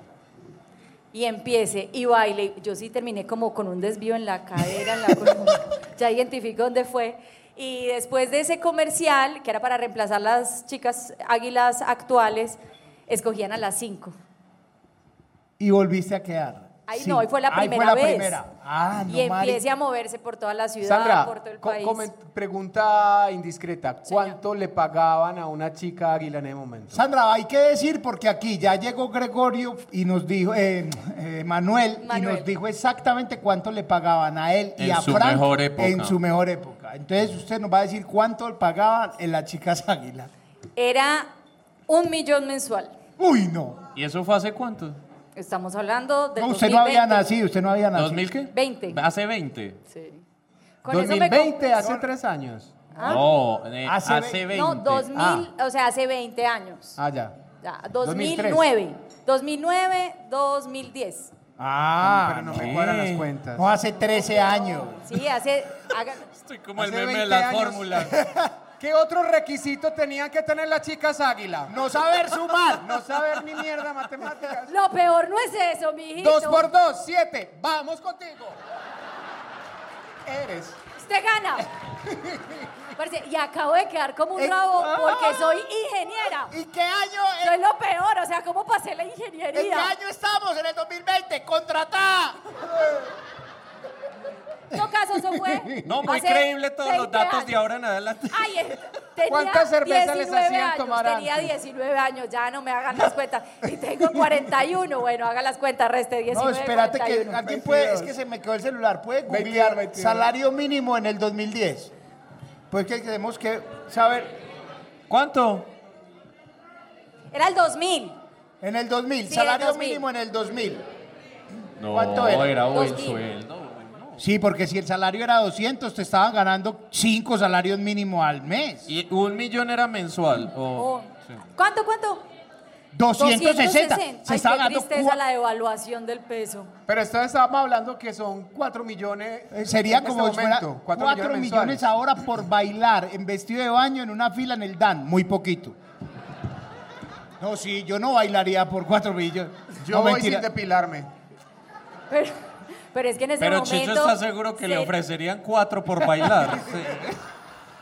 K: Y empiece y baile. Yo sí terminé como con un desvío en la cadera, en la columna. ya identifico dónde fue. Y después de ese comercial, que era para reemplazar las chicas águilas actuales, escogían a las cinco.
C: Y volviste a quedar.
K: Ahí
C: Sí.
K: no, ahí fue la
C: Ahí
K: primera
C: fue la
K: vez.
C: primera. Ah, no,
K: y
C: Mari.
K: empiece a moverse por toda la ciudad,
D: Sandra,
K: por todo el
D: co-
K: país.
D: comen- pregunta indiscreta. ¿Cuánto le pagaban a una chica águila en ese momento?
C: Sandra, hay que decir porque aquí ya llegó Gregorio y nos dijo, eh, eh, Manuel, y
K: Manuel.
C: nos dijo exactamente cuánto le pagaban a él y
E: En
C: a
E: su
C: Frank
E: mejor época.
C: en su mejor época. Entonces usted nos va a decir cuánto le pagaban en las chicas águila.
K: Era un millón mensual.
C: Uy, no.
E: ¿Y eso fue hace cuánto?
K: Estamos hablando de
C: No, usted no había
K: 2020.
C: nacido, usted no había
D: Ah,
C: nacido.
E: ¿2000 qué?
K: Veinte.
E: Hace 20.
K: Sí. Con eso me
D: 2020,
K: com-
D: hace tres años.
K: Ah.
E: No, eh,
C: Hace
E: hace,
C: ve-
E: 20.
K: No, 2000,
C: Ah.
K: o sea, hace 20 años.
D: Ah, ya.
K: Ya,
D: 2003.
K: 2009. 2009, 2010.
C: Ah,
D: Pero no
C: no.
D: me cuadran las cuentas.
C: No, hace 13 años.
K: Sí, hace. haga-
E: Estoy como el
D: Hace
E: meme de
D: 20
E: la
D: años.
E: fórmula.
D: ¿Qué otro requisito tenían que tener las chicas águila?
C: No saber sumar.
D: No saber ni mierda matemáticas.
K: Lo peor no es eso, mijito.
D: Dos por dos, siete. Vamos contigo. Eres.
K: Usted gana. Parce, y acabo de quedar como un rabo porque soy ingeniera.
C: ¿Y qué año? eh,
K: Soy lo peor, o sea, ¿cómo pasé la ingeniería?
C: ¿En qué año estamos? En el 2020. ¡Contratá!
K: No, caso, eso fue.
E: No, muy
K: hace
E: creíble todos los
K: 20
E: datos de
K: años.
E: ahora en adelante.
K: Ay, eh, tenía
D: ¿Cuántas cervezas les
K: 19
D: hacían
K: años,
D: tomar
K: Tenía
D: antes?
K: 19 años, ya no me hagan las cuentas. Y tengo 41, bueno, hagan las cuentas, reste 19.
C: No, espérate que
K: 41.
C: alguien puede, es que se me quedó el celular, puede googlear
D: 22, 22.
C: salario mínimo en el 2010. Pues que tenemos que saber,
E: ¿Cuánto?
K: Era el 2000.
C: en el 2000,
K: Sí, en el
C: salario
K: 2000.
C: mínimo en el 2000.
E: No,
C: ¿Cuánto era?
E: buen
K: 2000.
E: sueldo.
C: Sí, porque si el salario era 200, te estaban ganando 5 salarios mínimos al mes.
E: ¿Y un millón era mensual? o-
K: Oh.
E: sí.
K: ¿Cuánto, cuánto?
C: 260. Se
K: Ay,
C: estaba
K: qué
C: ganando
K: tristeza
C: cua-
K: la devaluación del peso.
D: Pero esto estábamos hablando que son 4 millones.
C: Eh, Sería
D: en
C: como
D: este
C: si fuera
D: momento,
C: 4 millones,
D: mensuales.
C: ahora por bailar en vestido de baño en una fila en el Dan. Muy poquito. No, sí, yo no bailaría por 4 millones.
D: Yo
C: no,
D: voy
C: mentira.
D: sin depilarme.
K: Pero, pero es que en ese
E: Pero
K: momento...
E: Chicho está seguro que le
K: se-
E: ofrecerían cuatro por bailar. Sí.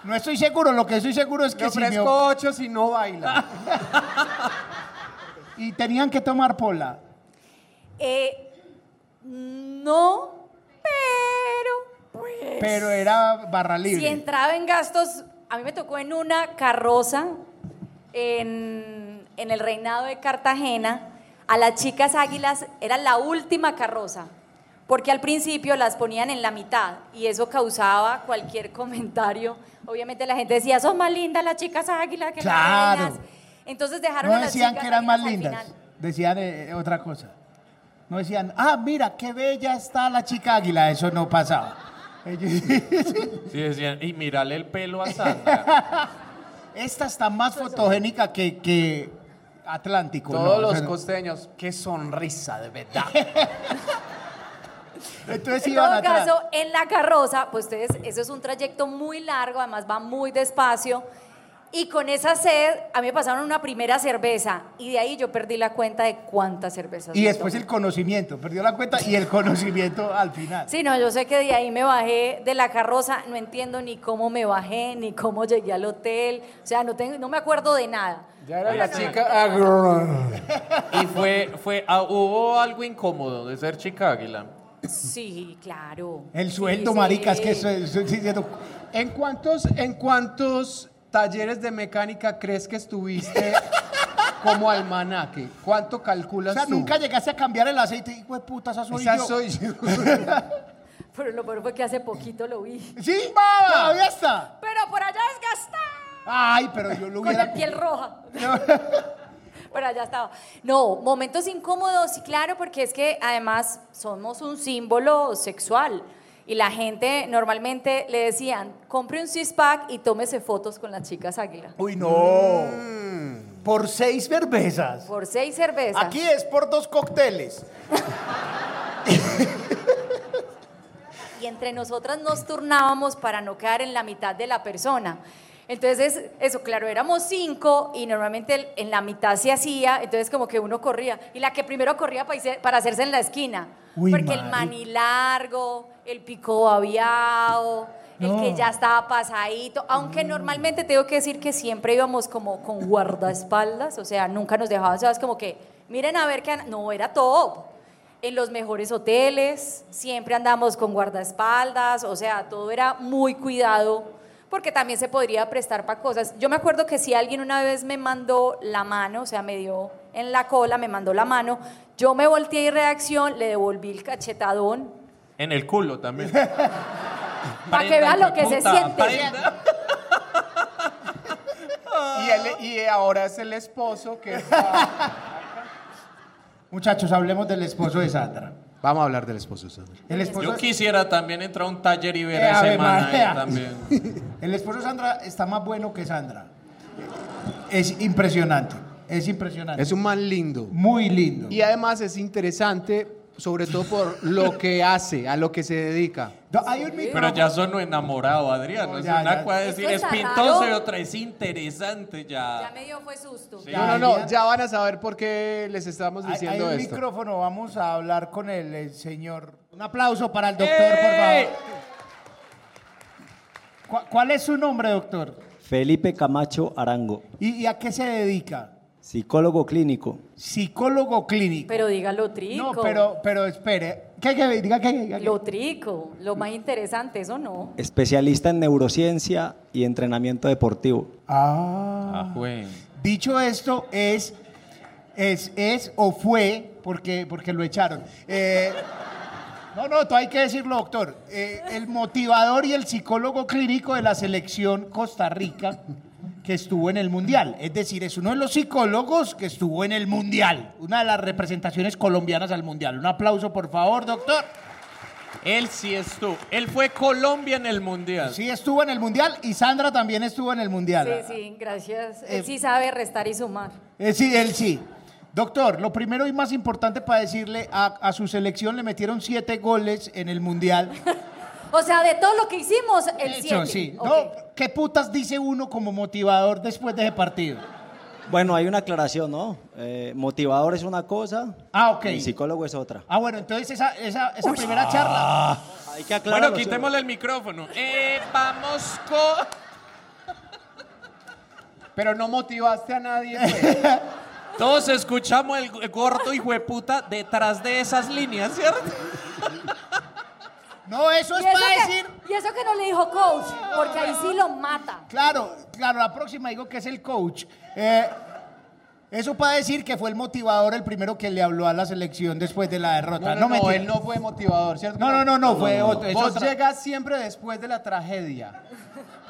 C: No estoy seguro, lo que estoy seguro es
D: Le
C: que si me...
D: ofrezco 8 si no baila.
C: Y tenían que tomar pola.
K: Eh, no, pero... Pues,
C: Pero era barra libre.
K: Si entraba en gastos, a mí me tocó en una carroza en, en el reinado de Cartagena. A las chicas águilas era la última carroza, porque al principio las ponían en la mitad y eso causaba cualquier comentario. Obviamente la gente decía, son más lindas las chicas águilas que las
C: Claro.
K: reinas". Entonces dejaron
C: No
K: a las
C: decían
K: chicas
C: que eran más
K: águilas al
C: lindas,
K: final.
C: decían eh, otra cosa. No decían, ah, mira, qué bella está la chica águila. Eso no pasaba. Ellos-
E: Sí, decían, y mírale el pelo a Sandra.
C: Esta está más fotogénica que, que Atlántico.
D: Todos
C: ¿no? O
D: los
C: sea,
D: costeños, qué sonrisa de verdad.
C: Entonces
K: En
C: iban
K: todo
C: atrás.
K: caso, en la carroza, pues ustedes, eso es un trayecto muy largo, además va muy despacio. Y con esa sed, a mí me pasaron una primera cerveza y de ahí yo perdí la cuenta de cuántas cervezas.
C: Y
K: me
C: después
K: tomé.
C: el conocimiento. Perdió la cuenta y el conocimiento al final.
K: Sí, no, yo sé que de ahí me bajé de la carroza, no entiendo ni cómo me bajé, ni cómo llegué al hotel, o sea, no, tengo, no me acuerdo de nada.
D: Ya era la chica agro.
E: y fue, fue ah, hubo algo incómodo de ser chica águila.
K: Sí, claro.
C: El
K: Sí,
C: sueldo,
K: sí.
C: maricas, que eso, eso- sí, sí, no.
D: ¿En cuántos, ¿En cuántos talleres de mecánica crees que estuviste como almanaque? ¿Cuánto
C: O
D: calculas
C: sea,
D: tú?
C: nunca llegaste a cambiar el aceite. Hijo de puta, esa soy
D: Esa
C: yo.
D: soy yo.
K: Pero lo peor fue que hace poquito lo vi.
C: Sí, todavía está.
K: Pero por allá desgastada.
C: Ay, pero yo lo
K: con
C: hubiera...
K: la piel roja. Pero allá estaba. No, momentos incómodos, sí, claro, porque es que además somos un símbolo sexual. Y la gente normalmente le decían, compre un six-pack y tómese fotos con las chicas águila.
C: Uy, no. Por seis cervezas.
K: Por seis cervezas.
L: Aquí es por dos cócteles.
K: y entre nosotras nos turnábamos para no quedar en la mitad de la persona. Entonces, eso, claro, éramos cinco y normalmente el- en la mitad se hacía, entonces como que uno corría. Y la que primero corría para, irse- para hacerse en la esquina.
C: Uy,
K: porque el
C: mari-
K: maní largo, el pico babiao, el que ya estaba pasadito. Aunque normalmente tengo que decir que siempre íbamos como con guardaespaldas, o sea, nunca nos dejaban, ¿sabes? Como que, miren a ver qué... han-". No, era top en los mejores hoteles, siempre andamos con guardaespaldas, o sea, todo era muy cuidado, porque también se podría prestar para cosas. Yo me acuerdo que si alguien una vez me mandó la mano, o sea, me dio en la cola, me mandó la mano, yo me volteé y reacción, le devolví el cachetadón,
E: En el culo también.
K: para que vea lo que se
E: Puta,
K: siente.
E: aprenda.
D: y, él- y ahora es el esposo que está-
C: Muchachos, hablemos del esposo de Sandra.
D: Vamos a hablar del esposo, Sandra.
C: El esposo
E: Yo quisiera también entrar a un taller y ver
C: Eh,
E: esa
C: Ave
E: semana ahí
C: María.
E: también.
C: El esposo de Sandra está más bueno que Sandra. Es impresionante. Es impresionante.
D: Es un man lindo.
C: muy lindo.
D: Y además es interesante sobre todo por lo que hace, a lo que se dedica.
C: hay un mito.
E: Pero ya sonó enamorado, Adrián.
C: No,
E: es
C: ya,
E: una
C: ya.
E: cosa de
C: Es
E: decir,
C: que
E: es
C: está
E: pintoso y
C: raro.
E: otra es interesante
K: Ya
E: ya.
K: me dio fue susto.
E: Sí.
D: No, no, no, ya van a saber por qué les estamos
C: Hay, hay
D: diciendo
C: un
D: esto.
C: micrófono, vamos a hablar con el, el señor. Un aplauso para el doctor, por favor. ¿Cuál, cuál es su nombre, doctor?
A: Felipe Camacho Arango,
C: ¿Y, y a qué se dedica?
A: psicólogo clínico.
C: Psicólogo clínico.
K: Pero dígalo trico.
C: No, pero, pero espere. ¿Qué, qué, diga, qué, diga, qué.
K: Lo trico, lo más interesante, eso no.
A: Especialista en neurociencia y entrenamiento deportivo.
C: Ah. Dicho esto, es, es, es o fue, porque, porque lo echaron. Eh, no, no, todo hay que decirlo, doctor. Eh, el motivador y el psicólogo clínico de la selección Costa Rica que estuvo en el Mundial. Es decir, es uno de los psicólogos que estuvo en el Mundial. Una de las representaciones colombianas al Mundial. Un aplauso, por favor, doctor.
E: Él sí estuvo. Él fue Colombia en el Mundial.
C: Sí, estuvo en el Mundial y Sandra también estuvo en el Mundial.
K: Sí, sí, gracias. Él sí sabe restar y sumar.
C: Eh, sí, él sí. Doctor, lo primero y más importante para decirle, a, a su selección le metieron siete goles en el Mundial.
K: O sea, de todo lo que hicimos, el 7.
C: Eso, sí. No, ¿Qué putas dice uno como motivador después de ese partido?
A: Bueno, hay una aclaración, ¿no? Eh, motivador es una cosa.
C: Ah, ok.
A: Y psicólogo es otra.
C: Ah, bueno, entonces esa, esa, esa primera charla...
A: Hay que aclarar.
E: Bueno, quitémosle el micrófono. Eh, vamos con.
D: Pero no motivaste a nadie. pues.
E: Todos escuchamos el g- gordo hijo de puta detrás de esas líneas, ¿cierto?
C: No, eso es
K: ¿Y eso
C: para
K: que-
C: decir...
K: Y eso que no le dijo coach, porque ahí sí lo mata.
C: Claro, claro, la próxima digo que es el coach. Eh, eso para decir que fue el motivador el primero que le habló a la selección después de la derrota. No,
D: No, no, no,
C: mentira.
D: él no fue motivador, ¿cierto?
C: No, no, no, no, fue otro- es
D: Vos
C: otra-
D: llegas siempre después de la tragedia.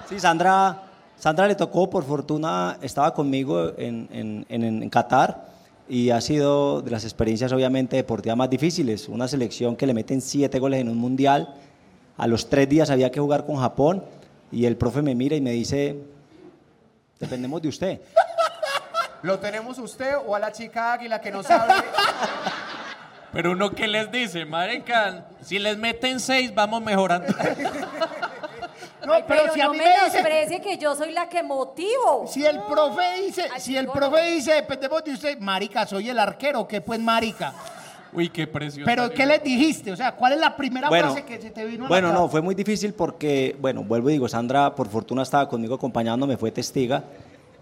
A: Sí, Sandra, Sandra le tocó, por fortuna, estaba conmigo en, en- en- en Qatar y ha sido de las experiencias obviamente deportivas más difíciles. Una selección que le meten siete goles en un mundial. A los tres días había que jugar con Japón y el profe me mira y me dice, dependemos de usted.
D: ¿Lo tenemos usted o a la chica águila que no sabe?
E: Pero uno que les dice, marica, si les meten seis, vamos mejorando.
C: No, pero, si a
K: no
C: mí
K: me
C: me dice...
K: menosprecie que yo soy la que motivo.
C: Si el profe dice, si el profe dice, dependemos de usted, marica, soy el arquero, que pues marica.
E: Uy, qué presión.
C: Pero
E: tan
C: ¿qué le dijiste? O sea, ¿cuál es la primera
A: Bueno,
C: frase que se te vino a la
A: Bueno, no,
C: cabeza?
A: fue muy difícil porque, bueno, vuelvo y digo, Sandra por fortuna estaba conmigo acompañándome, fue testiga,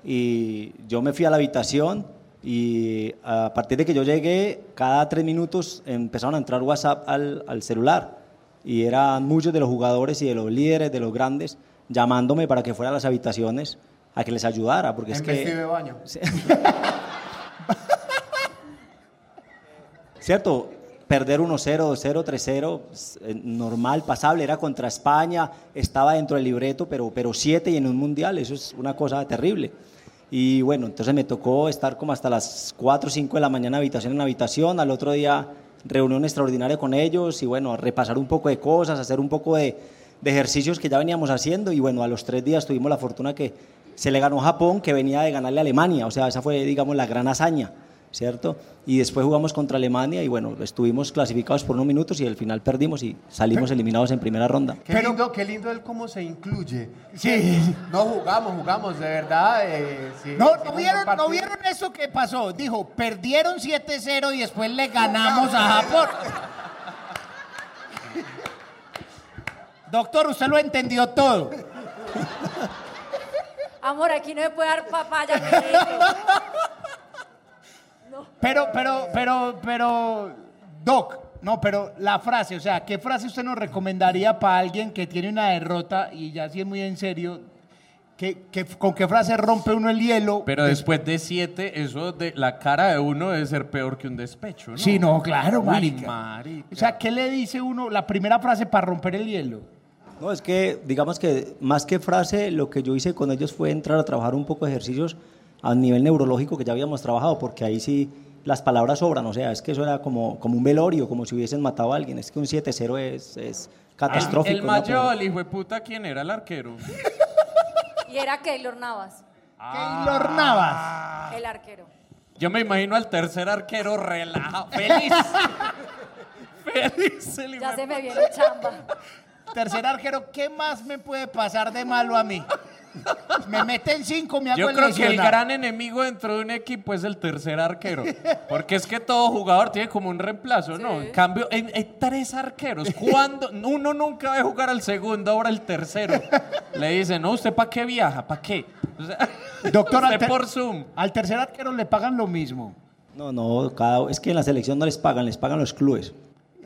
A: y yo me fui a la habitación y a partir de que yo llegué, cada tres minutos empezaron a entrar WhatsApp al, al celular y eran muchos de los jugadores y de los líderes, de los grandes, llamándome para que fuera a las habitaciones a que les ayudara, porque es
D: En
A: que...
D: vestido de baño.
A: ¿Cierto? Perder 1-0, 2-0, 3-0, s- eh, normal, pasable, era contra España, estaba dentro del libreto, pero, pero 7 y en un mundial, eso es una cosa terrible. Y bueno, entonces me tocó estar como hasta las 4 o 5 de la mañana habitación en habitación, al otro día reunión extraordinaria con ellos y bueno, repasar un poco de cosas, hacer un poco de, de ejercicios que ya veníamos haciendo y bueno, a los tres días tuvimos la fortuna que se le ganó Japón, que venía de ganarle a Alemania, o sea, esa fue, digamos, la gran hazaña. ¿cierto? Y después jugamos contra Alemania y bueno, estuvimos clasificados por unos minutos y al final perdimos y salimos eliminados en primera ronda.
D: Qué, lindo, qué lindo él cómo se incluye. Sí. No jugamos, jugamos, de verdad. eh, sí,
C: No,
D: hicimos
C: ¿no
D: un
C: vieron,
D: partido.
C: ¿no vieron eso que pasó? Dijo, perdieron 7-0 y después le ganamos a Japón. Doctor, usted lo entendió todo.
K: Amor, aquí no me puede dar papaya. negrito.
C: Pero, pero, pero, pero, Doc, no, pero la frase, o sea, ¿qué frase usted nos recomendaría para alguien que tiene una derrota y ya si es muy en serio? ¿qué, qué- con qué frase rompe uno el hielo?
E: Pero después de siete, eso de la cara de uno debe ser peor que un despecho, ¿no?
C: Sí, no, claro,
E: Uy,
C: marica.
E: marica.
C: O sea, ¿qué le dice uno la primera frase para romper el hielo?
A: No, es que digamos que más que frase, lo que yo hice con ellos fue entrar a trabajar un poco de ejercicios a nivel neurológico que ya habíamos trabajado, porque ahí sí las palabras sobran, o sea, es que eso era como, como un velorio, como si hubiesen matado a alguien, es que un 7-0 es, es catastrófico.
E: El
A: ¿no?
E: mayor, el hijo de puta, ¿quién era el arquero?
K: Y era Keylor Navas,
E: Ah.
C: Keylor Navas.
K: el arquero.
E: Yo me imagino al tercer arquero relajado, feliz. ¿Qué dice el
K: Ya se me viene chamba.
C: Tercer arquero, ¿qué más me puede pasar de malo a mí? Me meten cinco, me hago
E: Yo
C: el
E: creo que el
C: lesionado.
E: gran enemigo dentro de un equipo es el tercer arquero. Porque es que todo jugador tiene como un reemplazo, ¿no? En cambio, en- hay tres arqueros. Cuando uno nunca ve jugar al segundo, ahora el tercero. Le dicen, no, ¿usted para qué viaja? ¿Para qué? O sea,
C: Doctor, al,
E: usted
C: ter-
E: por Zoom.
C: al tercer arquero le pagan lo mismo.
A: No, no, cada, es que en la selección no les pagan, les pagan los clubes.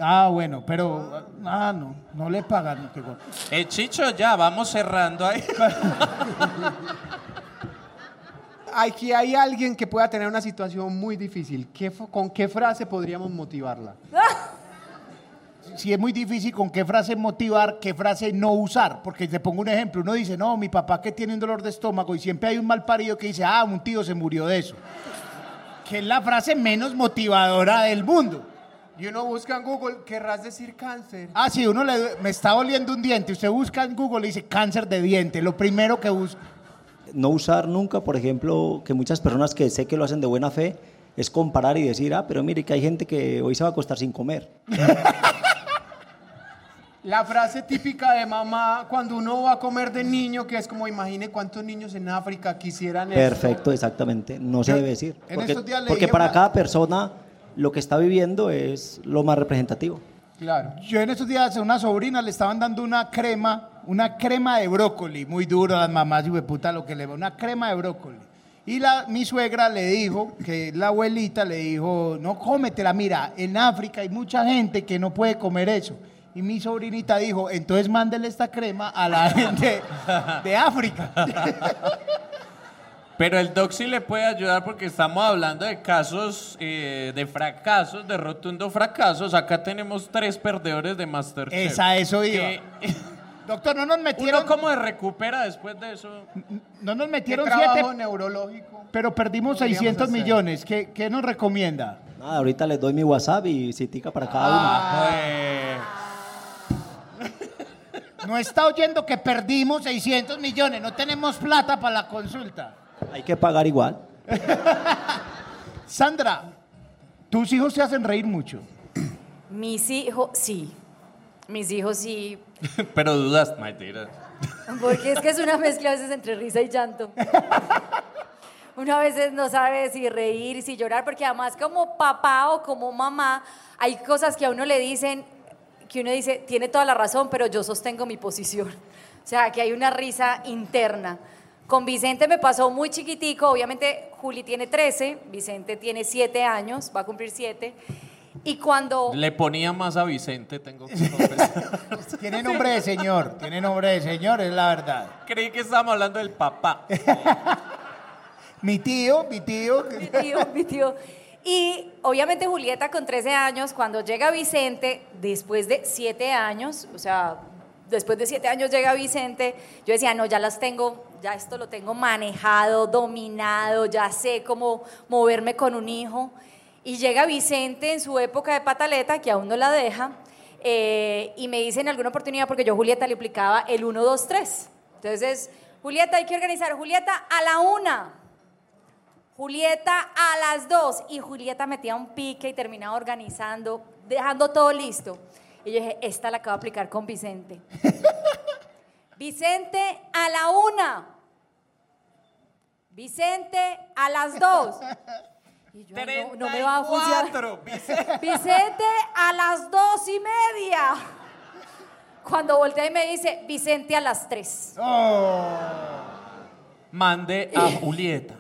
C: Ah, bueno, pero. Ah, no, no le pagan. qué go-
E: Eh, Chicho, ya, vamos cerrando ahí.
D: Aquí hay alguien que pueda tener una situación muy difícil. ¿Qué fo- ¿Con qué frase podríamos motivarla?
C: Si es muy difícil con qué frase motivar, qué frase no usar. Porque te pongo un ejemplo. Uno dice, no, mi papá que tiene un dolor de estómago y siempre hay un mal parido que dice, ah, un tío se murió de eso. Que es la frase menos motivadora del mundo.
D: Y uno busca en Google, querrás decir cáncer.
C: Ah, sí, uno le, due- me está doliendo un diente. Usted busca en Google y dice cáncer de diente. Lo primero que busca.
A: No usar nunca, por ejemplo, que muchas personas que sé que lo hacen de buena fe, es comparar y decir, ah, pero mire que hay gente que hoy se va a acostar sin comer.
D: La frase típica de mamá cuando uno va a comer de niño, que es como, imagine cuántos niños en África quisieran
A: Perfecto, exactamente. No se debe decir.
D: en
A: Porque,
D: estos días leí
A: porque para
D: una-
A: cada persona lo que está viviendo es lo más representativo.
D: Claro.
C: Yo en estos días a una sobrina le estaban dando una crema, una crema de brócoli, muy duro a las mamás y puta lo que le va, una crema de brócoli. Y la, mi suegra le dijo, que es la abuelita, le dijo, no cómetela, mira, en África hay mucha gente que no puede comer eso. Y mi sobrinita dijo, entonces mándele esta crema a la gente de África.
E: Pero el doc sí le puede ayudar porque estamos hablando de casos eh, de fracasos, de rotundo fracasos. Acá tenemos tres perdedores de Masterchef.
C: Es a eso iba.
E: Que
C: Doctor, no nos
E: ¿Uno
C: metieron,
E: cómo se recupera después de eso?
C: no nos metieron
D: trabajo
C: siete,
D: neurológico.
C: pero perdimos
D: podríamos
C: 600
D: hacer?
C: millones. ¿Qué, qué nos recomienda?
A: Nada, ahorita les doy mi WhatsApp y citica para cada
D: Ah.
K: Ah.
E: Eh,
C: No está oyendo que perdimos 600 millones, no tenemos plata para la consulta.
A: uno. Hay que pagar igual.
C: Sandra, tus hijos se hacen reír mucho.
K: Mis hijos, sí. Mis hijos sí.
E: Pero dudas, mentira.
K: Porque es que es una mezcla a veces entre risa y llanto. Una veces no sabe si reír, si llorar, porque además como papá o como mamá hay cosas que a uno le dicen, que uno dice, tiene toda la razón, pero yo sostengo mi posición. O sea, que hay una risa interna. Con Vicente me pasó muy chiquitico, obviamente Juli tiene 13, Vicente tiene 7 años, va a cumplir 7. Y cuando...
E: Le ponía más a Vicente, tengo que confesar.
C: Tiene nombre de señor, tiene nombre de señor, es la verdad.
E: Creí que estábamos hablando del papá.
C: Mi tío, mi tío.
K: mi tío, mi tío. Y obviamente Julieta con 13 años, cuando llega Vicente, después de 7 años, o sea, después de 7 años llega Vicente, yo decía, no, ya las tengo, ya esto lo tengo manejado, dominado, ya sé cómo moverme con un hijo. Y llega Vicente en su época de pataleta, que aún no la deja, eh, y me dice en alguna oportunidad, porque yo a Julieta le aplicaba el 1, 2, 3. Entonces, Julieta, hay que organizar, Julieta, a la una. Julieta a las dos y Julieta metía un pique y terminaba organizando, dejando todo listo. Y yo dije, esta la acabo de aplicar con Vicente. Vicente a la una. Vicente a las dos. Y yo, "Ay, no, no me va a funcionar. Vicente a las dos y media. Cuando volteé me dice, Vicente a las tres.
C: Oh.
E: Mande a Julieta.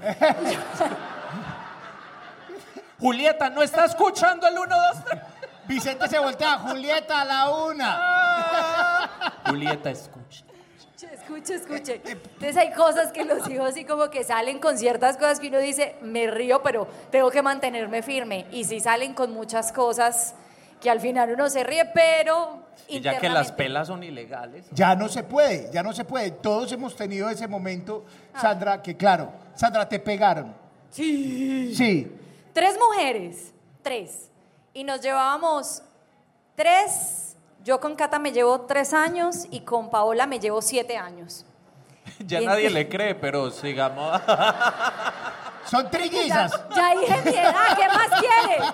E: Julieta, ¿no está escuchando el 1, 2, 3?
C: Vicente se voltea, Julieta a la una.
E: Julieta, escucha.
K: Escuche, escuche, escuche.
E: Eh,
K: Entonces hay cosas que los hijos así como que salen con ciertas cosas que uno dice, me río, pero tengo que mantenerme firme. Y sí salen con muchas cosas que al final uno se ríe, pero...
E: Y ya que las
K: internamente-
E: pelas son ilegales.
C: Ya no se puede, ya no se puede. Todos hemos tenido ese momento, Sandra, que claro, Sandra, te pegaron. Sí. Sí.
K: Tres mujeres, tres. Y nos llevábamos tres, yo con Cata me llevo tres años y con Paola me llevo siete años.
E: Ya
K: Bien.
E: nadie le cree, pero sigamos.
C: Son trillizas.
K: Ya, ya dije mi edad, ¿qué más quiere?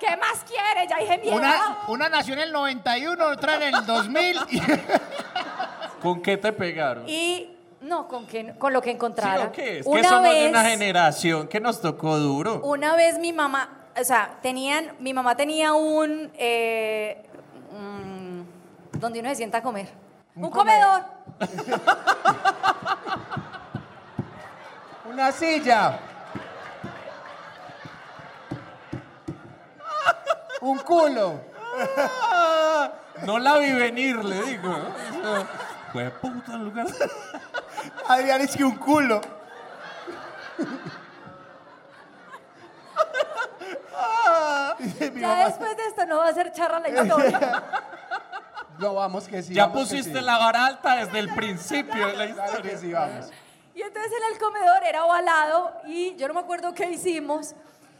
K: ¿Qué más quiere? Ya dije mi edad.
C: Una, una nació en el 91, otra en el 2000. y-
E: ¿Con qué te pegaron?
K: Y no, con, que, con lo que encontrara.
E: ¿O qué? Es
K: Una
E: que somos
K: vez-
E: de una generación que nos tocó duro.
K: Una vez mi mamá, o sea, tenían, mi mamá tenía un, eh, mm, donde uno se sienta a comer. Un, comedor.
C: Una silla. Un culo.
E: No la vi venir, le digo. Fue puta el lugar.
C: Adrián es que un culo.
K: ya después de esto no va a ser charra la historia.
C: No, vamos que sí.
E: Ya
C: vamos que
E: pusiste
C: sí.
E: la vara alta desde el principio de la historia.
C: Claro que sí, vamos.
K: y entonces en el comedor era ovalado y yo no me acuerdo qué hicimos.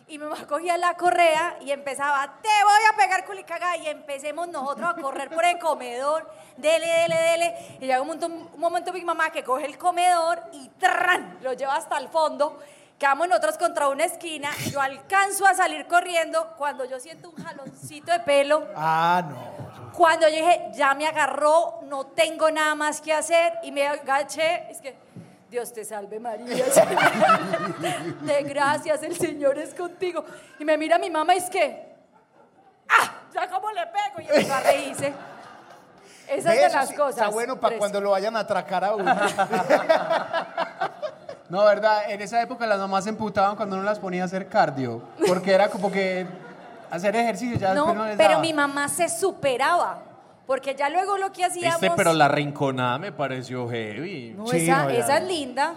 K: Y mi mamá cogía la correa y empezaba, te voy a pegar culicaga. Y empecemos nosotros a correr por el comedor. Dele, dele, dele. Y llega un momento, un momento mi mamá que coge el comedor y ¡tran! lo lleva hasta el fondo. Quedamos nosotros contra una esquina. Yo alcanzo a salir corriendo cuando yo siento un jaloncito de pelo.
I: Ah, no.
K: Cuando yo dije, ya me agarró, no tengo nada más que hacer, y me agaché, es que, Dios te salve María, de gracias, el Señor es contigo. Y me mira mi mamá, es que, ¡ah! ¿Ya cómo le pego? Y empezó a reírse. Esas
C: Ve,
K: de
C: eso
K: las
C: sí,
K: cosas.
C: Está bueno para
K: Tres.
C: cuando lo vayan a atracar a uno.
D: No, verdad, en esa época las mamás se emputaban cuando no las ponía a hacer cardio, porque era como que hacer ejercicio ya
K: No,
D: después no les
K: pero
D: daba.
K: mi mamá se superaba, porque ya luego lo que
D: Este,
K: hacíamos...
E: Viste, Este, pero la rinconada me pareció heavy.
K: No, esa, esa es linda.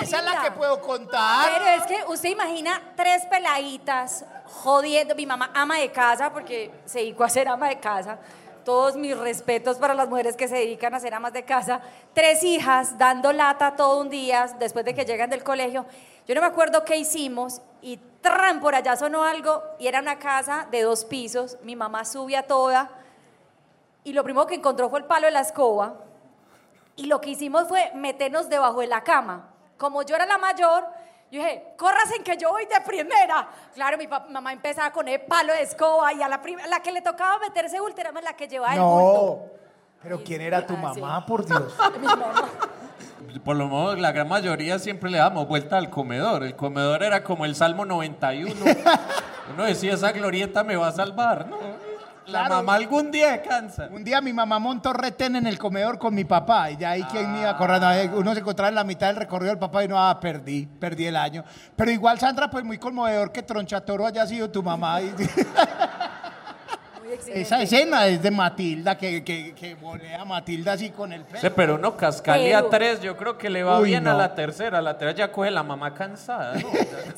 K: esa es, la que
C: puedo contar.
K: Pero es que usted imagina tres peladitas jodiendo. Mi mamá ama de casa porque se dedicó a ser ama de casa. Todos mis respetos para las mujeres que se dedican a ser amas de casa. Tres hijas dando lata todo un día después de que llegan del colegio. Yo no me acuerdo qué hicimos y tran por allá sonó algo y era una casa de dos pisos. Mi mamá sube a toda y lo primero que encontró fue el palo de la escoba. Y lo que hicimos fue meternos debajo de la cama. Como yo era la mayor, yo dije, corras en que yo voy de primera. Claro, mi pap- mamá empezaba con el palo de escoba y a la, prim- la que le tocaba meterse última era la que llevaba el bulto.
I: No. Pero ¿quién era tu
K: Ah,
I: mamá, por Dios?
E: Por lo menos la gran mayoría siempre le damos vuelta al comedor. El comedor era como el Salmo 91. Uno decía, esa glorieta me va a salvar, ¿no? La
C: Claro.
E: mamá algún día cansa.
C: Un día mi mamá montó retén en el comedor con mi papá y ya ahí quien me iba corriendo. Ahí Uno se encontraba en la mitad del recorrido del papá y no, ah, perdí, perdí el año. Pero igual, Sandra, pues muy conmovedor que Tronchatoro haya sido tu mamá. Y- Esa escena es de Matilda, que, que, que volea a Matilda así con el pelo.
E: Sí, pero uno cascalea
C: Pero-
E: tres, yo creo que le va
C: Uy,
E: bien a
C: no.
E: la tercera. La tercera ya coge la mamá cansada. ¿no?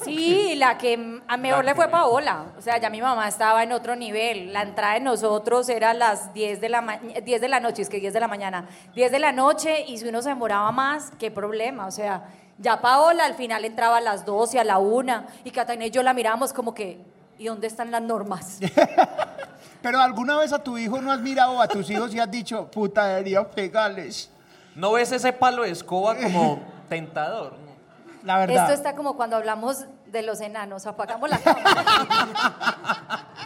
K: Sí, la que mm, a mejor le fue Paola. O sea, ya mi mamá estaba en otro nivel. La entrada de nosotros era a las 10 de la, ma- 10 de la noche, es que 10 de la mañana. 10 de la noche y si uno se demoraba más, qué problema. O sea, ya Paola al final entraba a las 12, a la 1 y Catalina y yo la miramos como que, ¿y dónde están las normas?
C: Pero alguna vez a tu hijo no has mirado a tus hijos y has dicho, puta, debería pegarles.
E: ¿No ves ese palo de escoba como tentador? ¿no?
C: La verdad.
K: Esto está como cuando hablamos de los enanos, apagamos la cámara.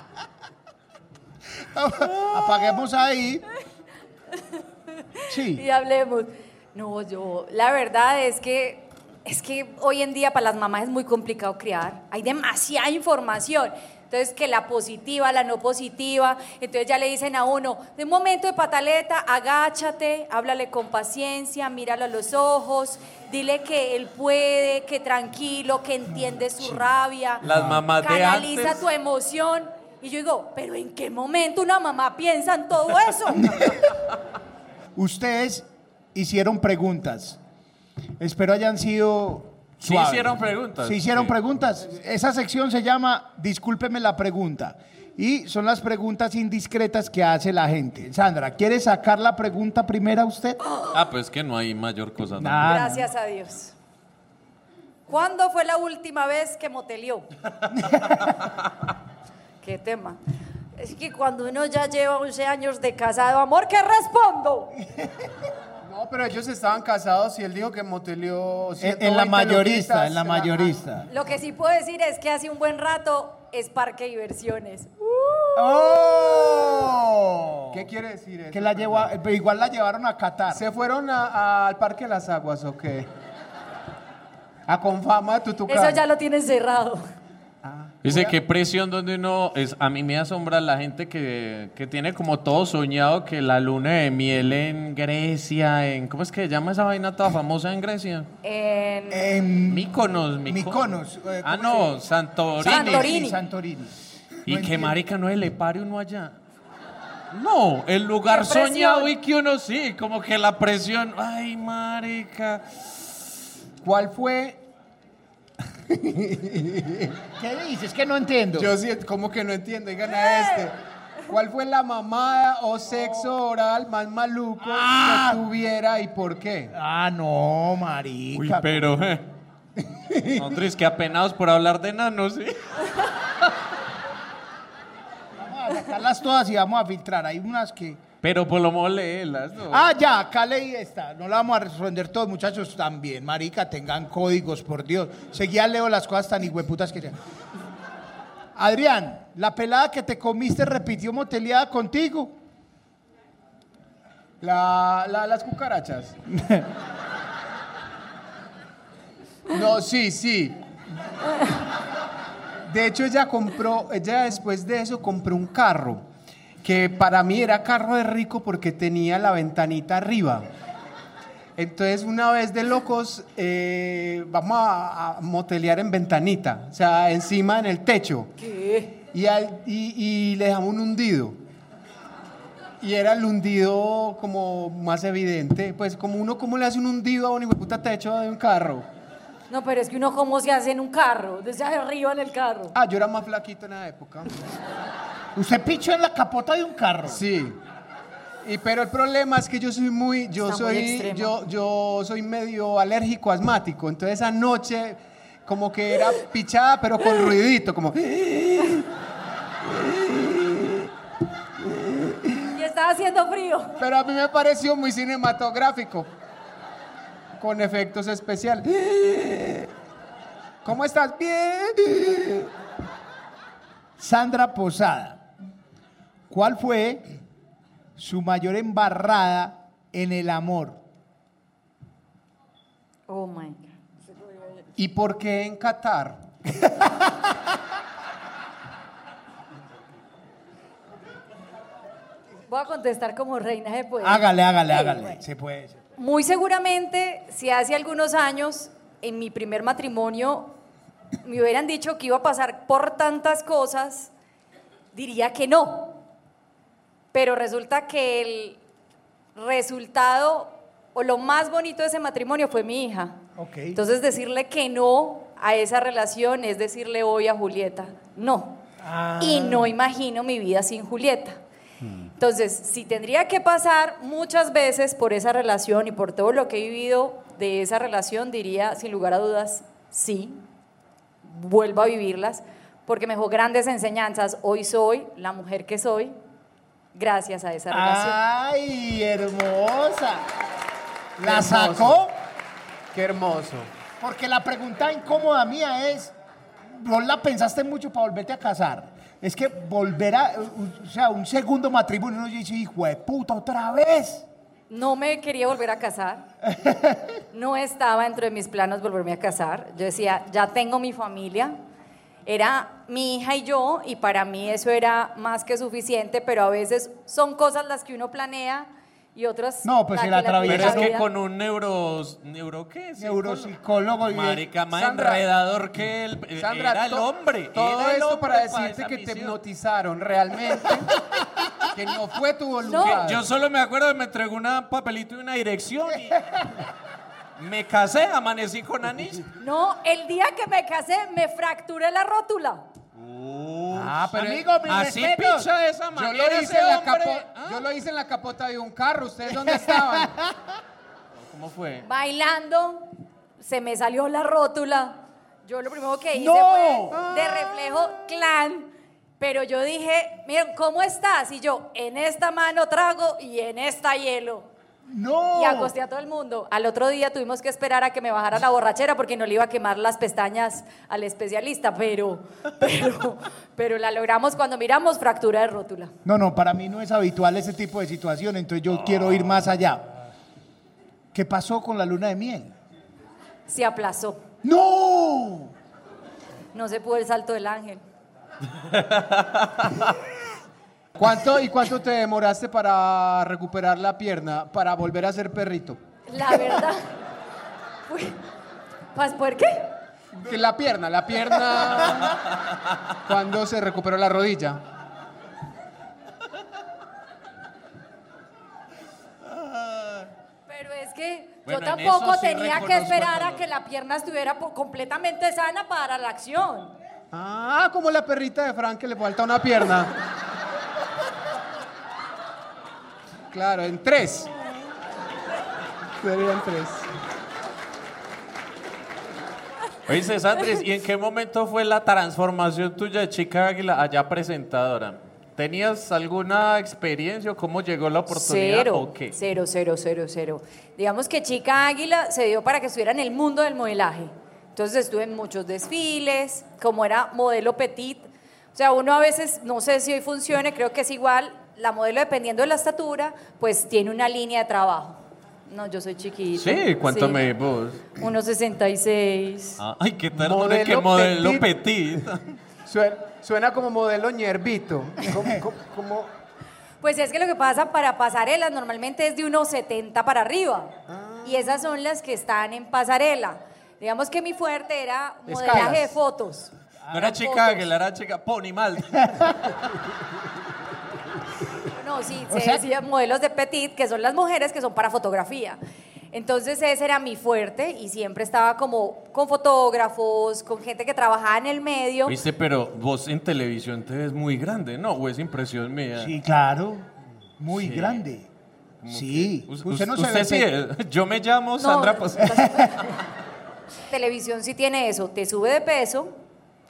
C: Apaguemos ahí. Sí.
K: Y hablemos. No, yo, la verdad es que es que hoy en día para las mamás es muy complicado criar. Hay demasiada información. Entonces, que la positiva, la no positiva. Entonces ya le dicen a uno, de un momento de pataleta, agáchate, háblale con paciencia, míralo a los ojos, dile que él puede, que tranquilo, que entiende su rabia.
E: Las mamás de
K: Canaliza
E: antes.
K: tu emoción. Y yo digo, pero ¿en qué momento una mamá piensa en todo eso?
C: Ustedes hicieron preguntas. Espero hayan sido.
E: Sí
C: suaves.
E: hicieron preguntas.
C: Sí hicieron
E: Sí.
C: preguntas. Esa sección se llama Discúlpeme la pregunta. Y son las preguntas indiscretas que hace la gente. Sandra, ¿quiere sacar la pregunta primera usted?
E: Ah, pues que no hay mayor cosa. ¿no?
C: Nah,
K: Oh, Gracias a Dios. ¿Cuándo fue la última vez que motelió? Qué tema. Es que cuando uno ya lleva 11 años de casado, amor, ¿qué respondo?
C: No,
D: No, pero ellos estaban casados y él dijo que moteleó.
C: En, en la
D: 120
C: mayorista,
D: loquitas.
C: en la
D: Ajá.
C: mayorista.
K: Lo que sí puedo decir es que hace un buen rato es parque de diversiones.
D: ¡Oh! ¿Qué quiere decir eso?
C: Que la llevó a- pero igual la llevaron a Qatar.
D: ¿Se fueron a- al Parque de las Aguas o qué? A Confama, Tutucán.
K: Eso ya lo tienen cerrado.
E: Dice, qué presión donde uno es. A mí me asombra la gente que, que tiene como todo soñado que la luna de miel en Grecia, en. ¿Cómo es que se llama esa vaina toda famosa en Grecia?
K: En-
C: Eh, Em,
E: Míconos,
C: Mykonos,
E: Míconos.
C: eh,
E: Ah,
C: ¿cómo
E: no, Santorini.
C: Sí, Santorini.
E: Y
C: No
E: que
C: entiendo.
E: marica no se le pare uno allá. No, el lugar
C: Qué presión.
E: soñado y que uno sí, como que la presión. Ay, marica.
D: ¿Cuál fue?
C: ¿Qué dices? Que no entiendo.
D: Yo sí, como que no entiendo, digan
K: Eh.
D: a este. ¿Cuál fue la mamada o sexo oral más maluco
K: Ah.
D: que tuviera y por qué?
C: Ah, no, marica.
E: Uy, pero, eh. Nosotros que apenados por hablar de nanos, ¿sí?
C: Vamos a sacarlas todas y vamos a filtrar. Hay unas que.
E: Pero por lo eh, menos léelas, ¿no?
C: Ah, ya, acá leí esta. No la vamos a responder todos, muchachos. También, marica, tengan códigos, por Dios. Seguía leo las cosas tan hijueputas que sean. Adrián, la pelada que te comiste repitió moteleada contigo.
D: La, la- las cucarachas. No, sí, sí. De hecho, ella compró, ella después de eso compró un carro, que para mí era carro de rico porque tenía la ventanita arriba. Entonces, una vez de locos, eh, vamos a, a motelear en ventanita, o sea, encima en el techo. Y, al- y- y le dejamos un hundido. Y era el hundido como más evidente. Pues como uno, ¿cómo le hace un hundido a un hijo de puta techo de un carro?
K: No, pero es que uno cómo se hace en un carro, desde arriba en el carro.
D: Ah, yo era más flaquito en la época.
C: Usted pichó en la capota de un carro.
D: Sí. Y pero el problema es que yo soy muy, yo
C: Está muy
D: soy,
C: extremo.
D: yo, yo soy medio alérgico asmático. Entonces anoche como que era pichada, pero con ruidito, como.
K: Y estaba haciendo frío.
D: Pero a mí me pareció muy cinematográfico. Con efectos especiales. ¿Cómo estás? Bien.
C: Sandra Posada, ¿cuál fue su mayor embarrada en el amor?
K: Oh my God.
D: ¿Y por qué en Qatar?
K: Voy a contestar como reina se puede.
C: Hágale, hágale,
K: Sí,
C: hágale.
K: bueno.
C: Se puede. se puede.
K: Muy seguramente, si hace algunos años, en mi primer matrimonio, me hubieran dicho que iba a pasar por tantas cosas, diría que no. Pero resulta que el resultado o lo más bonito de ese matrimonio fue mi hija.
C: Ok.
K: Entonces decirle que no a esa relación es decirle hoy a Julieta, no. Y no imagino mi vida sin Julieta. Entonces, si tendría que pasar muchas veces por esa relación y por todo lo que he vivido de esa relación, diría sin lugar a dudas, sí, vuelvo a vivirlas, porque me dejó grandes enseñanzas. Hoy soy la mujer que soy gracias a esa relación.
D: Ah,
C: ¡Ay, hermosa! ¿La
D: Hermoso.
C: sacó?
D: Qué hermoso.
C: Porque la pregunta incómoda mía es, ¿vos la pensaste mucho para volverte a casar? Es que volver a, o sea, un segundo matrimonio, uno dice, hijo de puta, otra vez.
K: No me quería volver a casar. No estaba dentro de mis planos volverme a casar. Yo decía, ya tengo mi familia. Era mi hija y yo, y para mí eso era más que suficiente, pero a veces son cosas las que uno planea y otras.
C: No, pues
K: la
C: se la
K: que
E: Pero
K: vida
E: es que
K: da.
E: con un neuro... ¿Neuro qué?
C: Neuropsicólogo. y-
E: Marica, más
D: Sandra,
E: enredador que él. eh,
D: Sandra,
E: era el
D: to-
E: hombre.
D: Todo
E: era el
D: esto
E: hombre
D: para
E: esa
D: decirte que te
E: misión.
D: hipnotizaron realmente. que no fue tu
E: Que
D: voluntad.
E: Yo solo me acuerdo que me entregó un papelito y una dirección y me casé, amanecí con anís.
K: No, el día que me casé me fracturé la rótula.
D: Ah, pero
C: Amigo, mis
D: así
C: respetos.
D: picha de esa
C: Yo
D: manera.
C: lo hice en la capo-
E: Ah.
D: yo lo hice en la capota de un carro. ¿Ustedes dónde estaban?
E: ¿Cómo fue?
K: Bailando, se me salió la rótula. Yo lo primero que hice
E: ¡No!
K: fue de reflejo clan. Pero yo dije, miren, ¿cómo estás? Y yo, en esta mano trago y en esta hielo.
C: No.
K: Y acosté a todo el mundo. Al otro día tuvimos que esperar a que me bajara la borrachera porque no le iba a quemar las pestañas al especialista, pero, pero, pero la logramos cuando miramos fractura de rótula.
C: No, no, para mí no es habitual ese tipo de situación, entonces yo quiero ir más allá. ¿Qué pasó con la luna de miel?
K: Se aplazó.
C: ¡No!
K: No se pudo el salto del ángel.
D: ¿Cuánto y cuánto te demoraste para recuperar la pierna, para volver a ser perrito?
K: La verdad. Fue- ¿Pas por qué?
D: Que La pierna, la pierna. Cuando se recuperó la rodilla.
K: Pero es que
D: Bueno,
K: yo
D: en
K: tampoco
D: eso sí
K: tenía que
D: reconozco
K: esperar
D: el
K: a que la pierna estuviera po- completamente sana para la acción.
D: Ah, como la perrita de Frank que le falta una pierna. Claro, en tres. Serían tres.
E: Oye, Sandres, ¿y en qué momento fue la transformación tuya de chica águila allá presentadora? ¿Tenías alguna experiencia o cómo llegó la oportunidad
K: Cero,
E: o qué?
K: cero, cero, cero, cero. Digamos que Chica Águila se dio para que estuviera en el mundo del modelaje. Entonces estuve en muchos desfiles, como era modelo petit. O sea, uno a veces, no sé si hoy funcione, creo que es igual, la modelo dependiendo de la estatura, pues tiene una línea de trabajo. No, yo soy chiquita.
E: Sí, ¿cuánto
K: Sí.
E: me vos?
K: 1,66.
E: Ah, ay, qué tal
D: Modelo
E: que modelo
D: petit.
E: petit.
C: Ah,
D: Suena, suena como modelo ñerbito. Como- como- como,
K: Pues es que lo que pasa para pasarelas normalmente es de unos 70 para arriba.
E: Ah.
K: Y esas son las que están en pasarela. Digamos que mi fuerte era modelaje
E: Escalas.
K: de fotos.
E: No era chica águila, era chica pony mal.
K: No, sí, se decía modelos de petit, que son las mujeres que son para fotografía. Entonces ese era mi fuerte y siempre estaba como con fotógrafos, con gente que trabajaba en el medio.
E: Viste, pero vos en televisión te ves muy grande, ¿no? ¿O es impresión mía?
C: Sí, claro. Muy
E: Sí.
C: grande.
E: Como
C: Sí.
E: que- us- us-
C: Usted no se
E: usted
C: ve
E: sí
C: pe-
E: es. Yo me llamo
K: No,
E: Sandra
K: no,
E: Pos-
K: Televisión sí tiene eso, te sube de peso.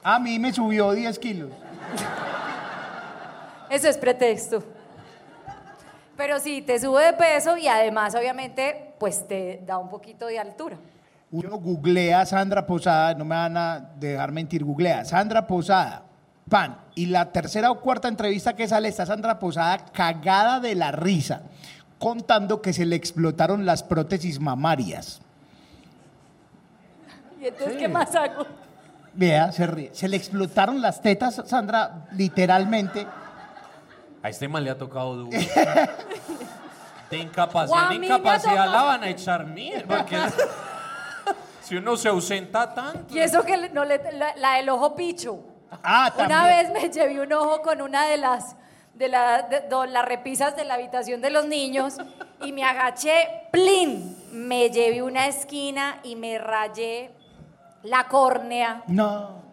C: A mí me subió 10 kilos.
K: Eso es pretexto. Pero sí, te sube de peso y además, obviamente, pues te da un poquito de altura.
C: Uno googlea Sandra Posada, no me van a dejar mentir, googlea Sandra Posada, pan. Y la tercera o cuarta entrevista que sale está Sandra Posada cagada de la risa, contando que se le explotaron las prótesis mamarias.
K: ¿Y entonces
C: Sí.
K: qué más hago?
C: Vea, se ríe. Se le explotaron las tetas, Sandra, literalmente.
E: A este mal le ha tocado duro. De
M: O a
E: incapacidad
M: mí
E: en
M: me ha
E: incapacidad
M: tocado.
E: la van a echar mía. Porque si uno se ausenta tanto. Oh.
K: Y eso que le- no le, la, la del ojo picho.
C: Ah,
K: Una vez me llevé un ojo con una de las de, la- de- do- las repisas de la habitación de los niños y me agaché, plin, me llevé una esquina y me rayé la córnea.
C: No.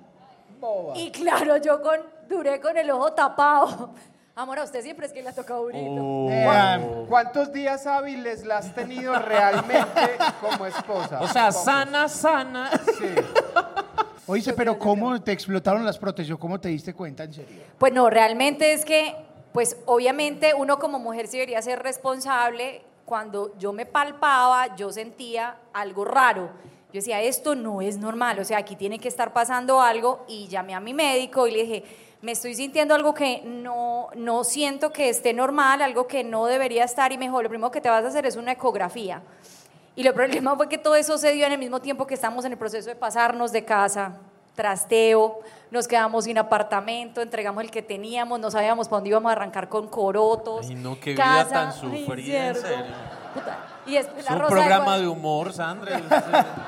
K: Y claro, yo con, duré con el ojo tapado. Amor, a usted siempre es que le ha tocado durito.
C: Oh.
D: Eh, ¿Cuántos días hábiles la has tenido realmente como esposa?
E: O sea,
D: Pocos.
E: sana, sana.
C: Oíste, pero ¿cómo te explotaron las prótesis? ¿O ¿Cómo te diste cuenta, en serio?
K: Pues no, realmente es que, pues obviamente uno como mujer sí debería ser responsable. Cuando yo me palpaba, yo sentía algo raro. Yo decía, esto no es normal, o sea, aquí tiene que estar pasando algo. Y llamé a mi médico y le dije, me estoy sintiendo algo que no, no siento que esté normal, algo que no debería estar. Y me dijo, lo primero que te vas a hacer es una ecografía. Y el problema fue que todo eso se dio en el mismo tiempo que estamos en el proceso de pasarnos de casa, trasteo, nos quedamos sin apartamento, entregamos el que teníamos, no sabíamos para dónde íbamos a arrancar con corotos.
E: Ay, no, qué vida
K: casa,
E: tan
K: ay,
E: sufrida, en
K: cerdo,
E: serio.
K: puta. Y después,
E: Es
K: la
E: un
K: Rosa de
E: programa
K: Guadalupe-
E: de humor, Sandra.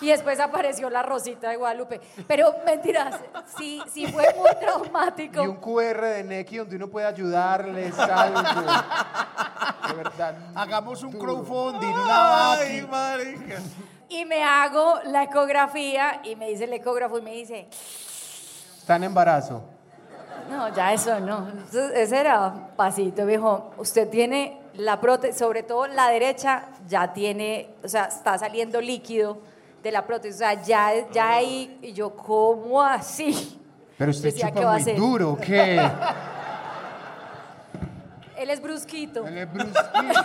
K: y después apareció la Rosita de Guadalupe. Pero mentiras, sí, sí fue muy traumático.
D: Y un QR de Neki donde uno puede ayudarles algo. De verdad.
C: Hagamos un crowdfunding,
D: una
C: Ay,
D: vaca.
K: Y me hago la ecografía y me dice el ecógrafo y me dice,
D: Está en embarazo.
K: No, ya eso no. Eso- Ese era pasito, viejo. Usted tiene la prótesis, sobre todo la derecha, ya tiene, o sea, está saliendo líquido de la prótesis. O sea, ya, ya ahí, y yo, ¿cómo así?
D: Pero usted
K: Decía,
D: chupa
K: ¿qué va a
D: muy
K: hacer?
D: duro, ¿qué?
K: Él es brusquito. Él
D: es brusquito.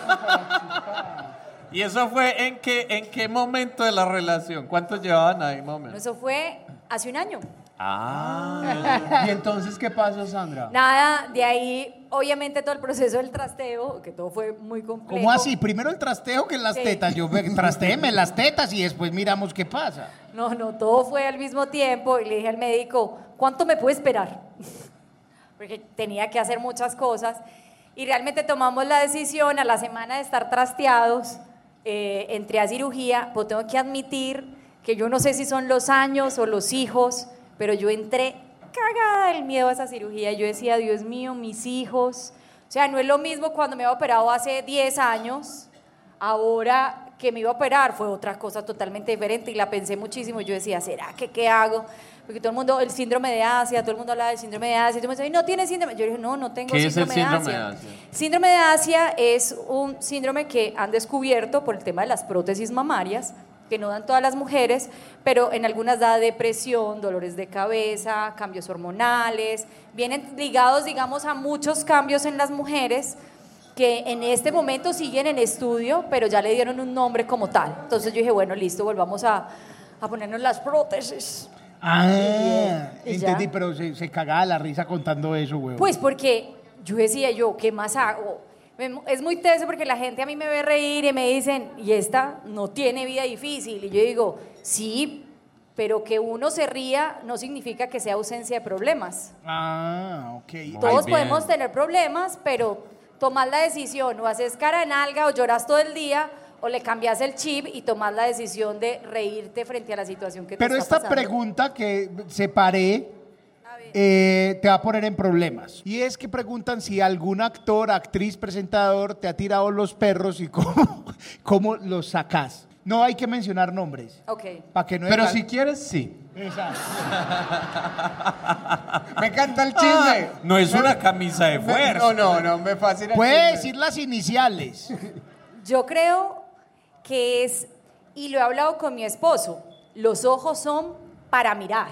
E: ¿Y eso fue en qué, en qué momento de la relación? ¿Cuántos llevaban ahí, más o menos?
K: Eso fue hace un año.
E: Ah.
D: ¿Y entonces qué pasó, Sandra?
K: Nada, de ahí, obviamente, todo el proceso del trasteo, que todo fue muy complejo.
C: ¿Cómo así? Primero el trasteo que las
K: Sí.
C: tetas. Yo ve- trastéeme las tetas y después miramos qué pasa.
K: No, no, todo fue al mismo tiempo y le dije al médico, ¿cuánto me puedo esperar? Porque tenía que hacer muchas cosas y realmente tomamos la decisión a la semana de estar trasteados, eh, entré a cirugía, pues tengo que admitir que yo no sé si son los años o los hijos, pero yo entré cagada del miedo a esa cirugía, yo decía, Dios mío, mis hijos, o sea, no es lo mismo cuando me había operado hace 10 años ahora que me iba a operar fue otra cosa totalmente diferente y la pensé muchísimo. Yo decía, ¿será que qué hago? Porque todo el mundo, el síndrome de Asia, todo el mundo habla del síndrome de Asia, todo el mundo dice, "Ay, no tiene síndrome. Yo dije, no, no tengo
E: ¿Qué es el
K: síndrome,
E: síndrome
K: de
E: de
K: Asia.
E: Asia?
K: Síndrome de Asia es un síndrome que han descubierto por el tema de las prótesis mamarias, que no dan todas las mujeres, pero en algunas da depresión, dolores de cabeza, cambios hormonales, vienen ligados, digamos, a muchos cambios en las mujeres que en este momento siguen en estudio, pero ya le dieron un nombre como tal. Entonces yo dije, bueno, listo, volvamos a, a ponernos las prótesis.
C: Ah,
K: Y ya.
C: entendí, pero se, se cagaba la risa contando eso, güey.
K: Pues porque yo decía yo, ¿qué más hago? Me- Es muy teso porque la gente a mí me ve reír y me dicen, y esta no tiene vida difícil. Y yo digo, sí, pero que uno se ría no significa que sea ausencia de problemas.
C: Ah, ok.
K: Todos podemos tener problemas, pero tomar la decisión, o haces cara en alga, o lloras todo el día, o le cambias el chip y tomas la decisión de reírte frente a la situación que
C: Pero
K: te
C: esta
K: está pasando.
C: pregunta que separé eh, te va a poner en problemas. Y es que preguntan si algún actor, actriz, presentador te ha tirado los perros y cómo, cómo los sacás. No hay que mencionar nombres.
K: Ok.
C: Para que no
D: Pero
C: dejar-
D: si quieres, sí.
C: Me encanta el
D: chisme.
E: Ah, No es una camisa de fuerza.
D: No, no, no, me fascina.
C: Puede decir las iniciales.
K: Yo creo que es, y lo he hablado con mi esposo, los ojos son para mirar,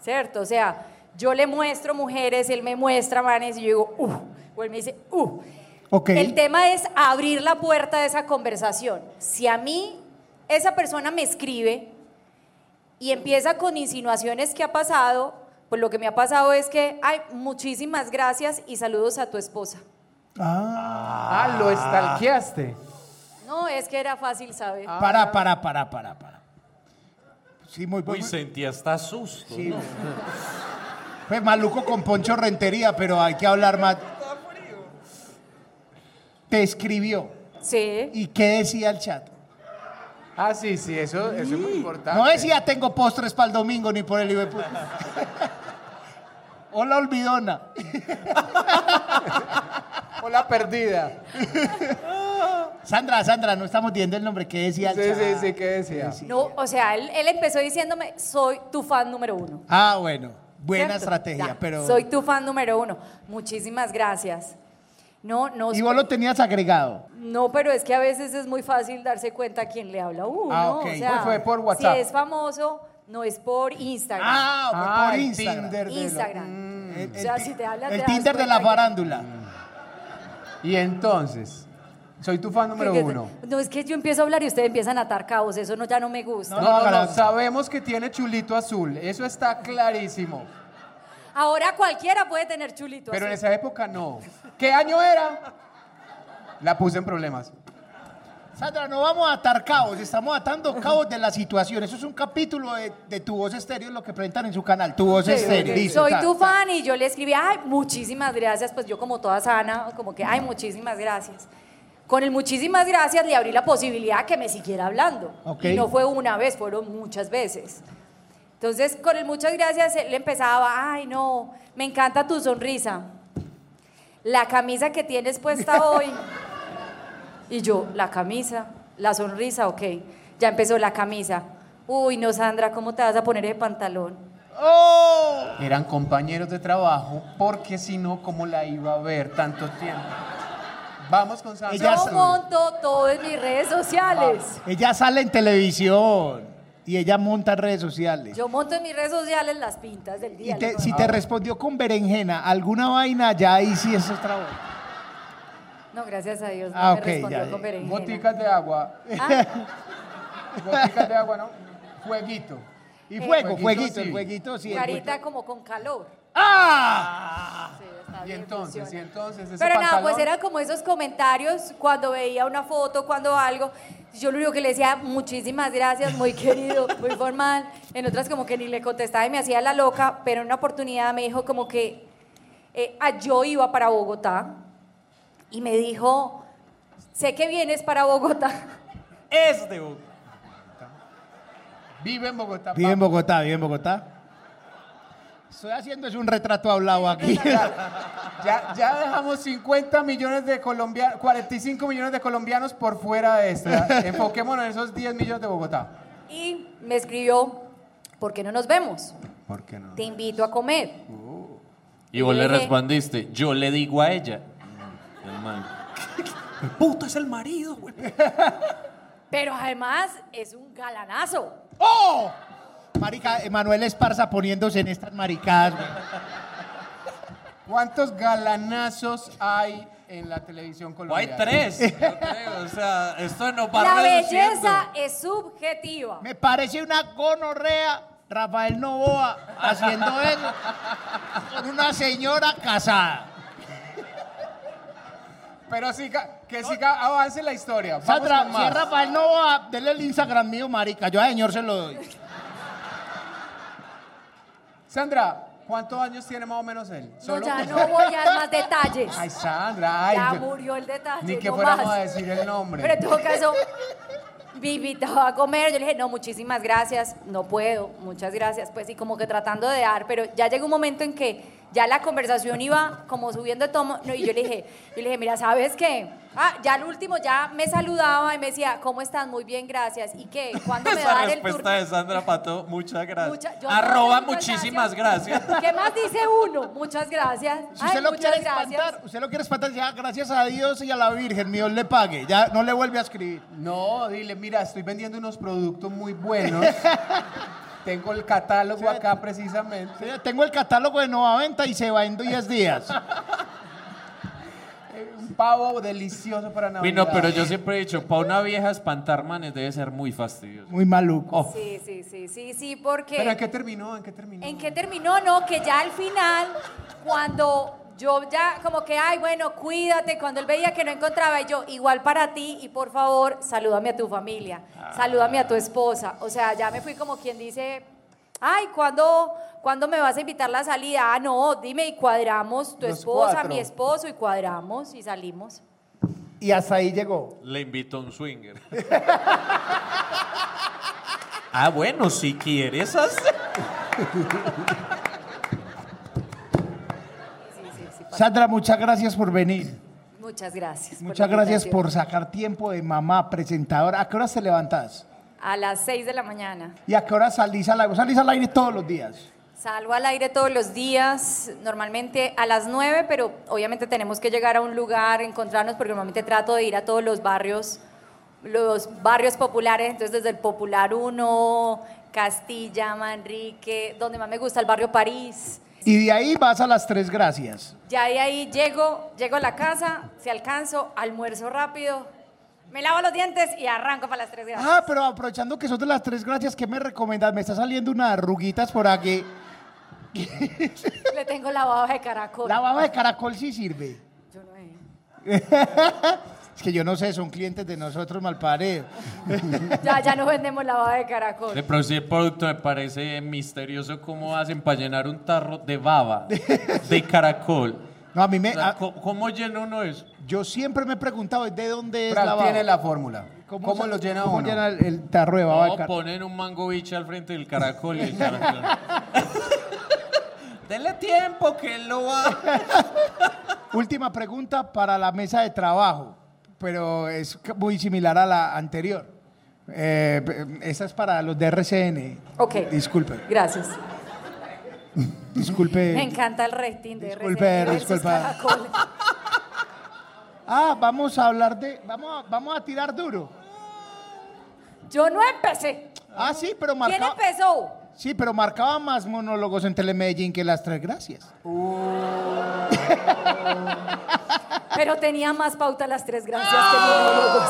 K: ¿cierto? O sea, yo le muestro mujeres, él me muestra manes y yo digo, uh, o él me dice, uh.
C: Ok.
K: El tema es abrir la puerta de esa conversación. Si a mí esa persona me escribe y empieza con insinuaciones que ha pasado, pues lo que me ha pasado es que, ay, muchísimas gracias y saludos a tu esposa.
D: Ah, lo estalqueaste.
K: No, es que era fácil saber.
C: Para, para, para, para, para. Sí, muy
E: Uy,
C: bueno.
E: sentí hasta susto.
C: Sí.
E: ¿no?
C: Pues maluco con Poncho Rentería, pero hay que hablar más. Te escribió.
K: Sí.
C: ¿Y qué decía el chat?
D: Ah, sí, sí, eso, eso es muy importante.
C: No decía tengo postres para el domingo ni por el hijo de puta". Hola olvidona.
D: Hola perdida.
C: Sandra, Sandra, no estamos viendo el nombre. ¿Qué decía el
D: Sí,
C: chat?
D: sí, sí, ¿qué decía?
K: No, o sea, él, él empezó diciéndome, soy tu fan número uno.
C: Ah, bueno. Buena
K: ¿Cierto?
C: estrategia,
K: Ya,
C: pero.
K: Soy tu fan número uno. Muchísimas gracias. No, no,
C: Y vos lo tenías agregado.
K: no, pero es que a veces es muy fácil darse cuenta a quién le habla a uno.
C: Ah, ok.
K: o sea,
C: Pues fue por WhatsApp.
K: Si es famoso, no es por Instagram.
C: Ah, fue Ah, por el Instagram. Tinder
K: Instagram.
C: de lo-
K: Instagram.
C: El,
K: o sea,
C: el ti-
K: si te habla,
C: el
K: te das
C: Tinder de la
K: cuenta que-
C: farándula.
D: Y entonces, soy tu fan número
K: que-
D: uno.
K: No, es que yo empiezo a hablar y ustedes empiezan a atar cabos. Eso no, ya no me gusta.
D: No, no, no, sabemos que tiene chulito azul, eso está clarísimo.
K: Ahora cualquiera puede tener chulito.
D: Pero en
K: azul.
D: esa época no. ¿Qué año era? La puse en problemas.
C: Sandra, no vamos a atar cabos, estamos atando cabos de la situación. Eso es un capítulo de, de Tu Voz Estéreo, lo que presentan en su canal, Tu Voz
K: Sí,
C: Estéreo.
K: sí, sí.
C: Listo,
K: Soy
C: ta,
K: tu
C: ta.
K: fan y yo le escribí, ay, muchísimas gracias, pues yo como toda sana, como que, ay, muchísimas gracias. Con el muchísimas gracias le abrí la posibilidad a que me siguiera hablando.
C: Ok.
K: Y no fue una vez, fueron muchas veces. Entonces, con el muchas gracias él empezaba, ay, no, me encanta tu sonrisa. La camisa que tienes puesta hoy. Y yo, la camisa, la sonrisa, ok. Ya empezó la camisa. Uy, no, Sandra, ¿cómo te vas a poner el pantalón?
D: Eran compañeros de trabajo, porque si no, ¿cómo la iba a ver tanto tiempo? Vamos con Sandra.
C: Ella
K: yo monto todo en mis redes
D: Ah,
K: sociales.
C: Ella sale en televisión y ella monta redes sociales.
K: Yo monto en mis redes sociales las pintas del
C: Y
K: día.
C: te-
K: la
C: si
K: nueva.
C: te respondió con berenjena alguna vaina, ya ahí sí es otra voz.
K: No, gracias a Dios. No
D: Ah,
K: me
D: ok,
K: respondió
D: ya, ya.
K: con berenjena.
D: Goticas de agua.
K: Ah.
D: Goticas de agua, ¿no? Fueguito. Y
K: Eh,
D: fuego,
K: fueguito,
D: fueguito,
K: sí.
D: el fueguito, sí. el
K: Carita como con calor.
D: ¡Ah!
K: Sí, está
D: fueguito. Y
K: bien,
D: entonces, y
K: funciona.
D: entonces. ese
K: Pero nada,
D: pantalón-
K: pues era como esos comentarios cuando veía una foto, cuando algo. Yo lo único que le decía, muchísimas gracias, muy querido, muy formal. En otras como que ni le contestaba y me hacía la loca, pero en una oportunidad me dijo como que eh, ah, yo iba para Bogotá y me dijo, sé que vienes para Bogotá.
E: Es de Bogotá.
D: Vive en Bogotá.
C: Vive en Bogotá, vive en Bogotá.
D: Estoy haciendo
C: Es un retrato hablado aquí.
D: Ya, ya dejamos 50 millones de colombianos, 45 millones de colombianos por fuera de esta. Enfoquémonos en esos 10 millones de Bogotá.
K: Y me escribió, ¿por qué no nos vemos?
D: ¿Por qué no?
K: Te invito a comer.
E: Y vos le
K: Dije-
E: respondiste, yo le digo a ella. Mm, El man.
K: Puto es el marido, güey. Pero además es un galanazo.
C: ¡Oh! Marica, Manuel Esparza poniéndose en estas maricadas. güey.
D: ¿Cuántos galanazos hay en la televisión
E: Hay
D: colombiana?
E: tres, yo creo. O sea, esto no va
K: La
E: reduciendo.
K: belleza es subjetiva.
C: Me parece una gonorrea Rafael Novoa haciendo eso con una señora casada.
D: Pero siga, que siga, avance la historia. Vamos
C: Sandra,
D: con
C: si
D: más.
C: es Rafael Novoa, denle el Instagram mío, marica. Yo a señor se lo doy.
D: Sandra, ¿cuántos años tiene más o menos él?
K: No,
D: Solo-
K: ya no voy a dar más detalles.
D: Ay, Sandra, ay.
K: ya
D: yo-
K: murió el detalle.
D: Ni que
K: no
D: fuéramos
K: más.
D: a decir el nombre.
K: Pero en todo caso, me invitaba a comer. Yo le dije, no, muchísimas gracias, no puedo, muchas gracias. Pues y como que tratando de dar, pero ya llegó un momento en que ya la conversación iba como subiendo de tomo. No, y yo le dije, yo le dije, mira, ¿sabes qué? Ah, ya al último ya me saludaba y me decía, ¿cómo estás? Muy bien, gracias. ¿Y qué? ¿Cuándo me va a
E: Esa
K: dar el tour?
E: respuesta de Sandra Pato, muchas gracias.
K: Mucha- yo-
E: Arroba
K: muchas
E: muchísimas gracias.
K: ¿Qué más dice uno? Muchas gracias.
C: Si usted
K: Ay,
C: lo
K: muchas
C: quiere
K: gracias.
C: espantar, usted lo quiere espantar, ya gracias a Dios y a la Virgen, mi Dios le pague. Ya no le vuelve a escribir.
D: No, dile, mira, estoy vendiendo unos productos muy buenos. Tengo el catálogo acá precisamente.
C: Sí, Tengo el catálogo de Nueva Venta y se va en 10 días.
D: Un pavo delicioso para Navidad.
E: Uy, no, pero yo siempre he dicho, para una vieja espantar manes debe ser muy fastidioso.
C: Muy maluco.
K: Sí, sí, sí, sí, sí, porque...
D: ¿Pero en qué terminó? ¿En qué terminó?
K: ¿En qué terminó? No, que ya al final, cuando yo ya como que, ay, bueno, cuídate, cuando él veía que no encontraba, y yo, igual para ti y por favor, salúdame a tu familia, salúdame a tu esposa. O sea, ya me fui como quien dice, ay, ¿cuándo, ¿cuándo me vas a invitar la salida? Ah, no, dime y cuadramos tu
C: Los
K: esposa,
C: cuatro.
K: mi esposo, y cuadramos y salimos.
C: Y hasta ahí llegó.
E: Le invito a un swinger. ah, bueno, si quieres hacer.
C: Sandra, muchas gracias por venir.
K: Muchas gracias. Pues, por
C: Muchas
K: la
C: gracias
K: invitación.
C: por sacar tiempo de mamá presentadora. ¿A qué hora te levantás?
K: A las 6 de la mañana.
C: ¿Y a qué hora salís al aire? Vos salís al aire todos los días.
K: Salgo al aire todos los días, normalmente a las 9, pero obviamente tenemos que llegar a un lugar, encontrarnos, porque normalmente trato de ir a todos los barrios, los barrios populares, entonces desde el Popular 1, Castilla, Manrique, donde más me gusta el barrio París.
C: Y de ahí vas a las tres gracias.
K: Ya de ahí llego, llego a la casa, si alcanzo, almuerzo rápido, me lavo los dientes y arranco para las 3 gracias.
C: Ah, pero aprovechando que son de las tres gracias, ¿qué me recomendás? Me está saliendo unas arruguitas por aquí.
K: Le tengo la baba de caracol.
C: La baba de caracol sí sirve.
K: Yo no he-
C: es que yo no sé, son clientes de nosotros malparidos.
K: Ya, ya no vendemos la baba de caracol.
E: De por sí el producto me parece misterioso cómo hacen para llenar un tarro de baba, de caracol.
C: No, a mí me.
E: sea, ¿cómo, cómo llena uno eso?
C: Yo siempre me he preguntado de dónde es
D: Fran
C: la baba.
D: tiene la fórmula. ¿Cómo,
C: se-
D: lo llena
C: cómo
D: uno?
C: llena el, el tarro de baba de
E: No,
C: caracol?
E: ponen un mango biche al frente del caracol y el caracol. Dele tiempo que él lo va.
C: Última pregunta para la mesa de trabajo, pero es c- muy similar a la anterior. Eh, p- esa es para los de RCN.
K: Ok.
C: Disculpe,
K: Gracias. Me
C: disculpe.
K: encanta el rating de
C: Eh, Disculpe,
K: RCN versus
C: disculpa.
K: Caracol.
C: Ah, vamos a hablar de. Vamos a, vamos a tirar duro.
K: Yo no empecé.
C: Ah, sí, pero
K: ¿Quién
C: marcaba.
K: empezó?
C: Sí, pero marcaba más monólogos en Telemedellín que las tres gracias.
K: Pero tenía más pauta las tres gracias que
C: Ah.
K: monólogos.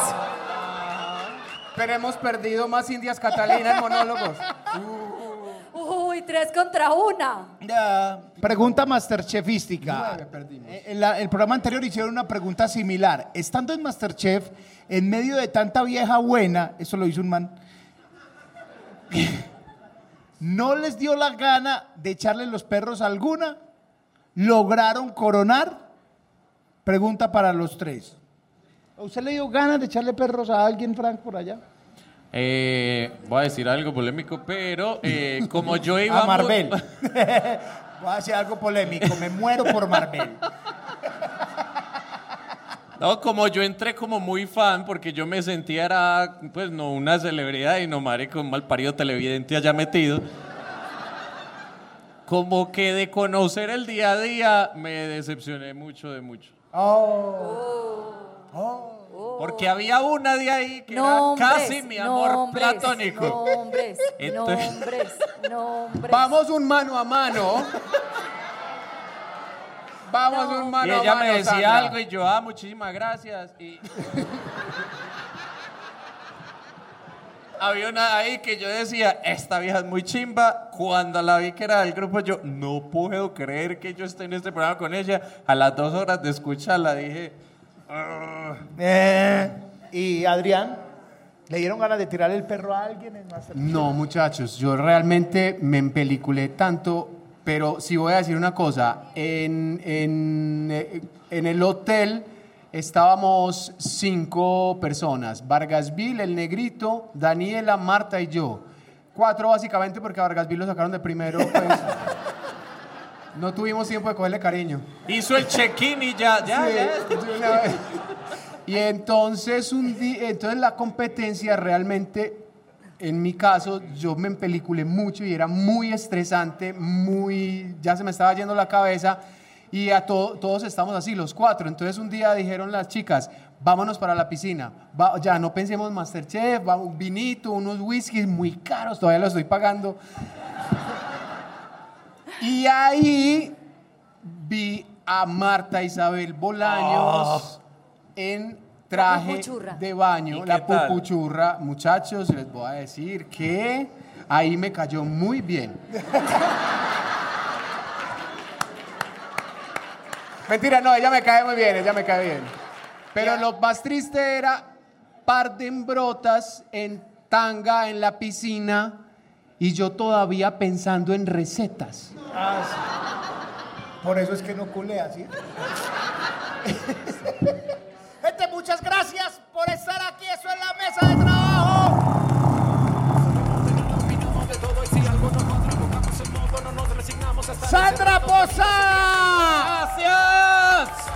D: Pero hemos perdido más indias Catalina en monólogos.
K: Uy, tres contra una.
C: Pregunta masterchefística. Eh, en la- el programa anterior hicieron una pregunta similar. Estando en Masterchef, en medio de tanta vieja buena, eso lo hizo un man, no les dio la gana de echarle los perros a alguna, lograron coronar. Pregunta para los tres. ¿A usted le dio ganas de echarle perros a alguien, Frank, por allá?
E: Eh, voy a decir algo polémico, pero eh, como yo iba...
C: A
E: mu-
C: Marvel. Voy a hacer algo polémico. Me muero por Marvel.
E: No, como yo entré como muy fan, porque yo me sentía era, pues, no una celebridad y no marico, un mal parido televidente allá metido. Como que de conocer el día a día me decepcioné mucho de mucho. Oh. Porque había una de ahí que
K: Nombres,
E: era casi mi amor
K: nombres,
E: platónico.
K: Nombres,
E: Entonces-
K: nombres, nombres.
D: Vamos un mano a mano. Vamos un
E: y
D: mano a mano.
E: ella me decía
D: Sandra.
E: algo y yo, ah, muchísimas gracias. Y... Había una ahí que yo decía, esta vieja es muy chimba. Cuando la vi que era del grupo, yo no puedo creer que yo esté en este programa con ella. A las dos horas de escucharla dije, "Ah". "Arr".
C: Eh, ¿Y Adrián? ¿Le dieron ganas de tirar el perro a alguien en Masterchef?
D: No, muchachos, yo realmente me empeliculé tanto, pero sí voy a decir una cosa. En, en, eh, en el hotel estábamos cinco personas: Vargasville, el negrito, Daniela, Marta y yo. Cuatro, básicamente, porque a Vargasville lo sacaron de primero. pues, no tuvimos tiempo de cogerle cariño.
E: hizo el check-in y ya, ya,
D: Sí,
E: ya.
D: de una vez. Y entonces, un di- entonces la competencia realmente, en mi caso, yo me empeliculé mucho y era muy estresante, muy, ya se me estaba yendo la cabeza y a to- todos estamos así, los cuatro. Entonces un día dijeron las chicas, vámonos para la piscina, Va- ya no pensemos Masterchef, va un vinito, unos whiskies muy caros, todavía los estoy pagando. Y ahí vi a Marta Isabel Bolaños en traje
K: pupuchurra.
D: de baño,
E: Ah. ¿Y
D: la
E: qué tal?
D: pupuchurra. Muchachos, les voy a decir que ahí me cayó muy bien. Mentira, no, ella me cae muy bien, ella me cae bien. Pero lo más triste era parten brotas en tanga en la piscina y yo todavía pensando en recetas.
C: Ah, Por eso es que no culea, ¿sí? Gente, muchas gracias por estar aquí. Eso es la mesa de trabajo. Sandra Poza. Gracias.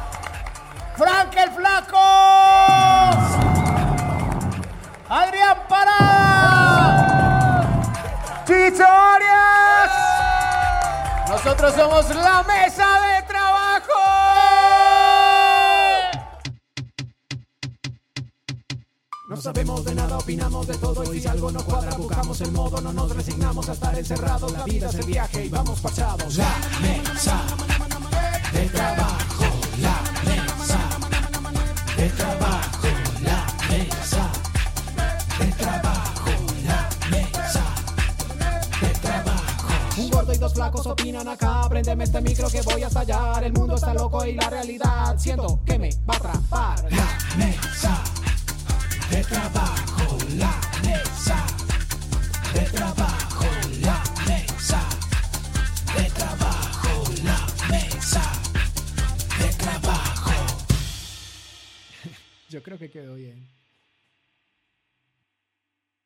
C: Frank el Flaco. Adrián Pará. Chicho Arias.
D: Nosotros somos la mesa de trabajo.
N: No sabemos de nada, opinamos de todo y si algo no cuadra buscamos el modo, no nos resignamos a estar encerrados. La vida es el viaje y vamos parchados. La mesa de trabajo, la mesa de trabajo, la mesa de trabajo, la mesa de trabajo. Un gordo y dos flacos opinan acá, prendeme este micro que voy a estallar. El mundo está loco y la realidad siento que me va a atrapar.
O: La mesa de trabajo, la mesa de trabajo, la mesa de trabajo, la mesa de trabajo.
N: Yo creo que quedó bien.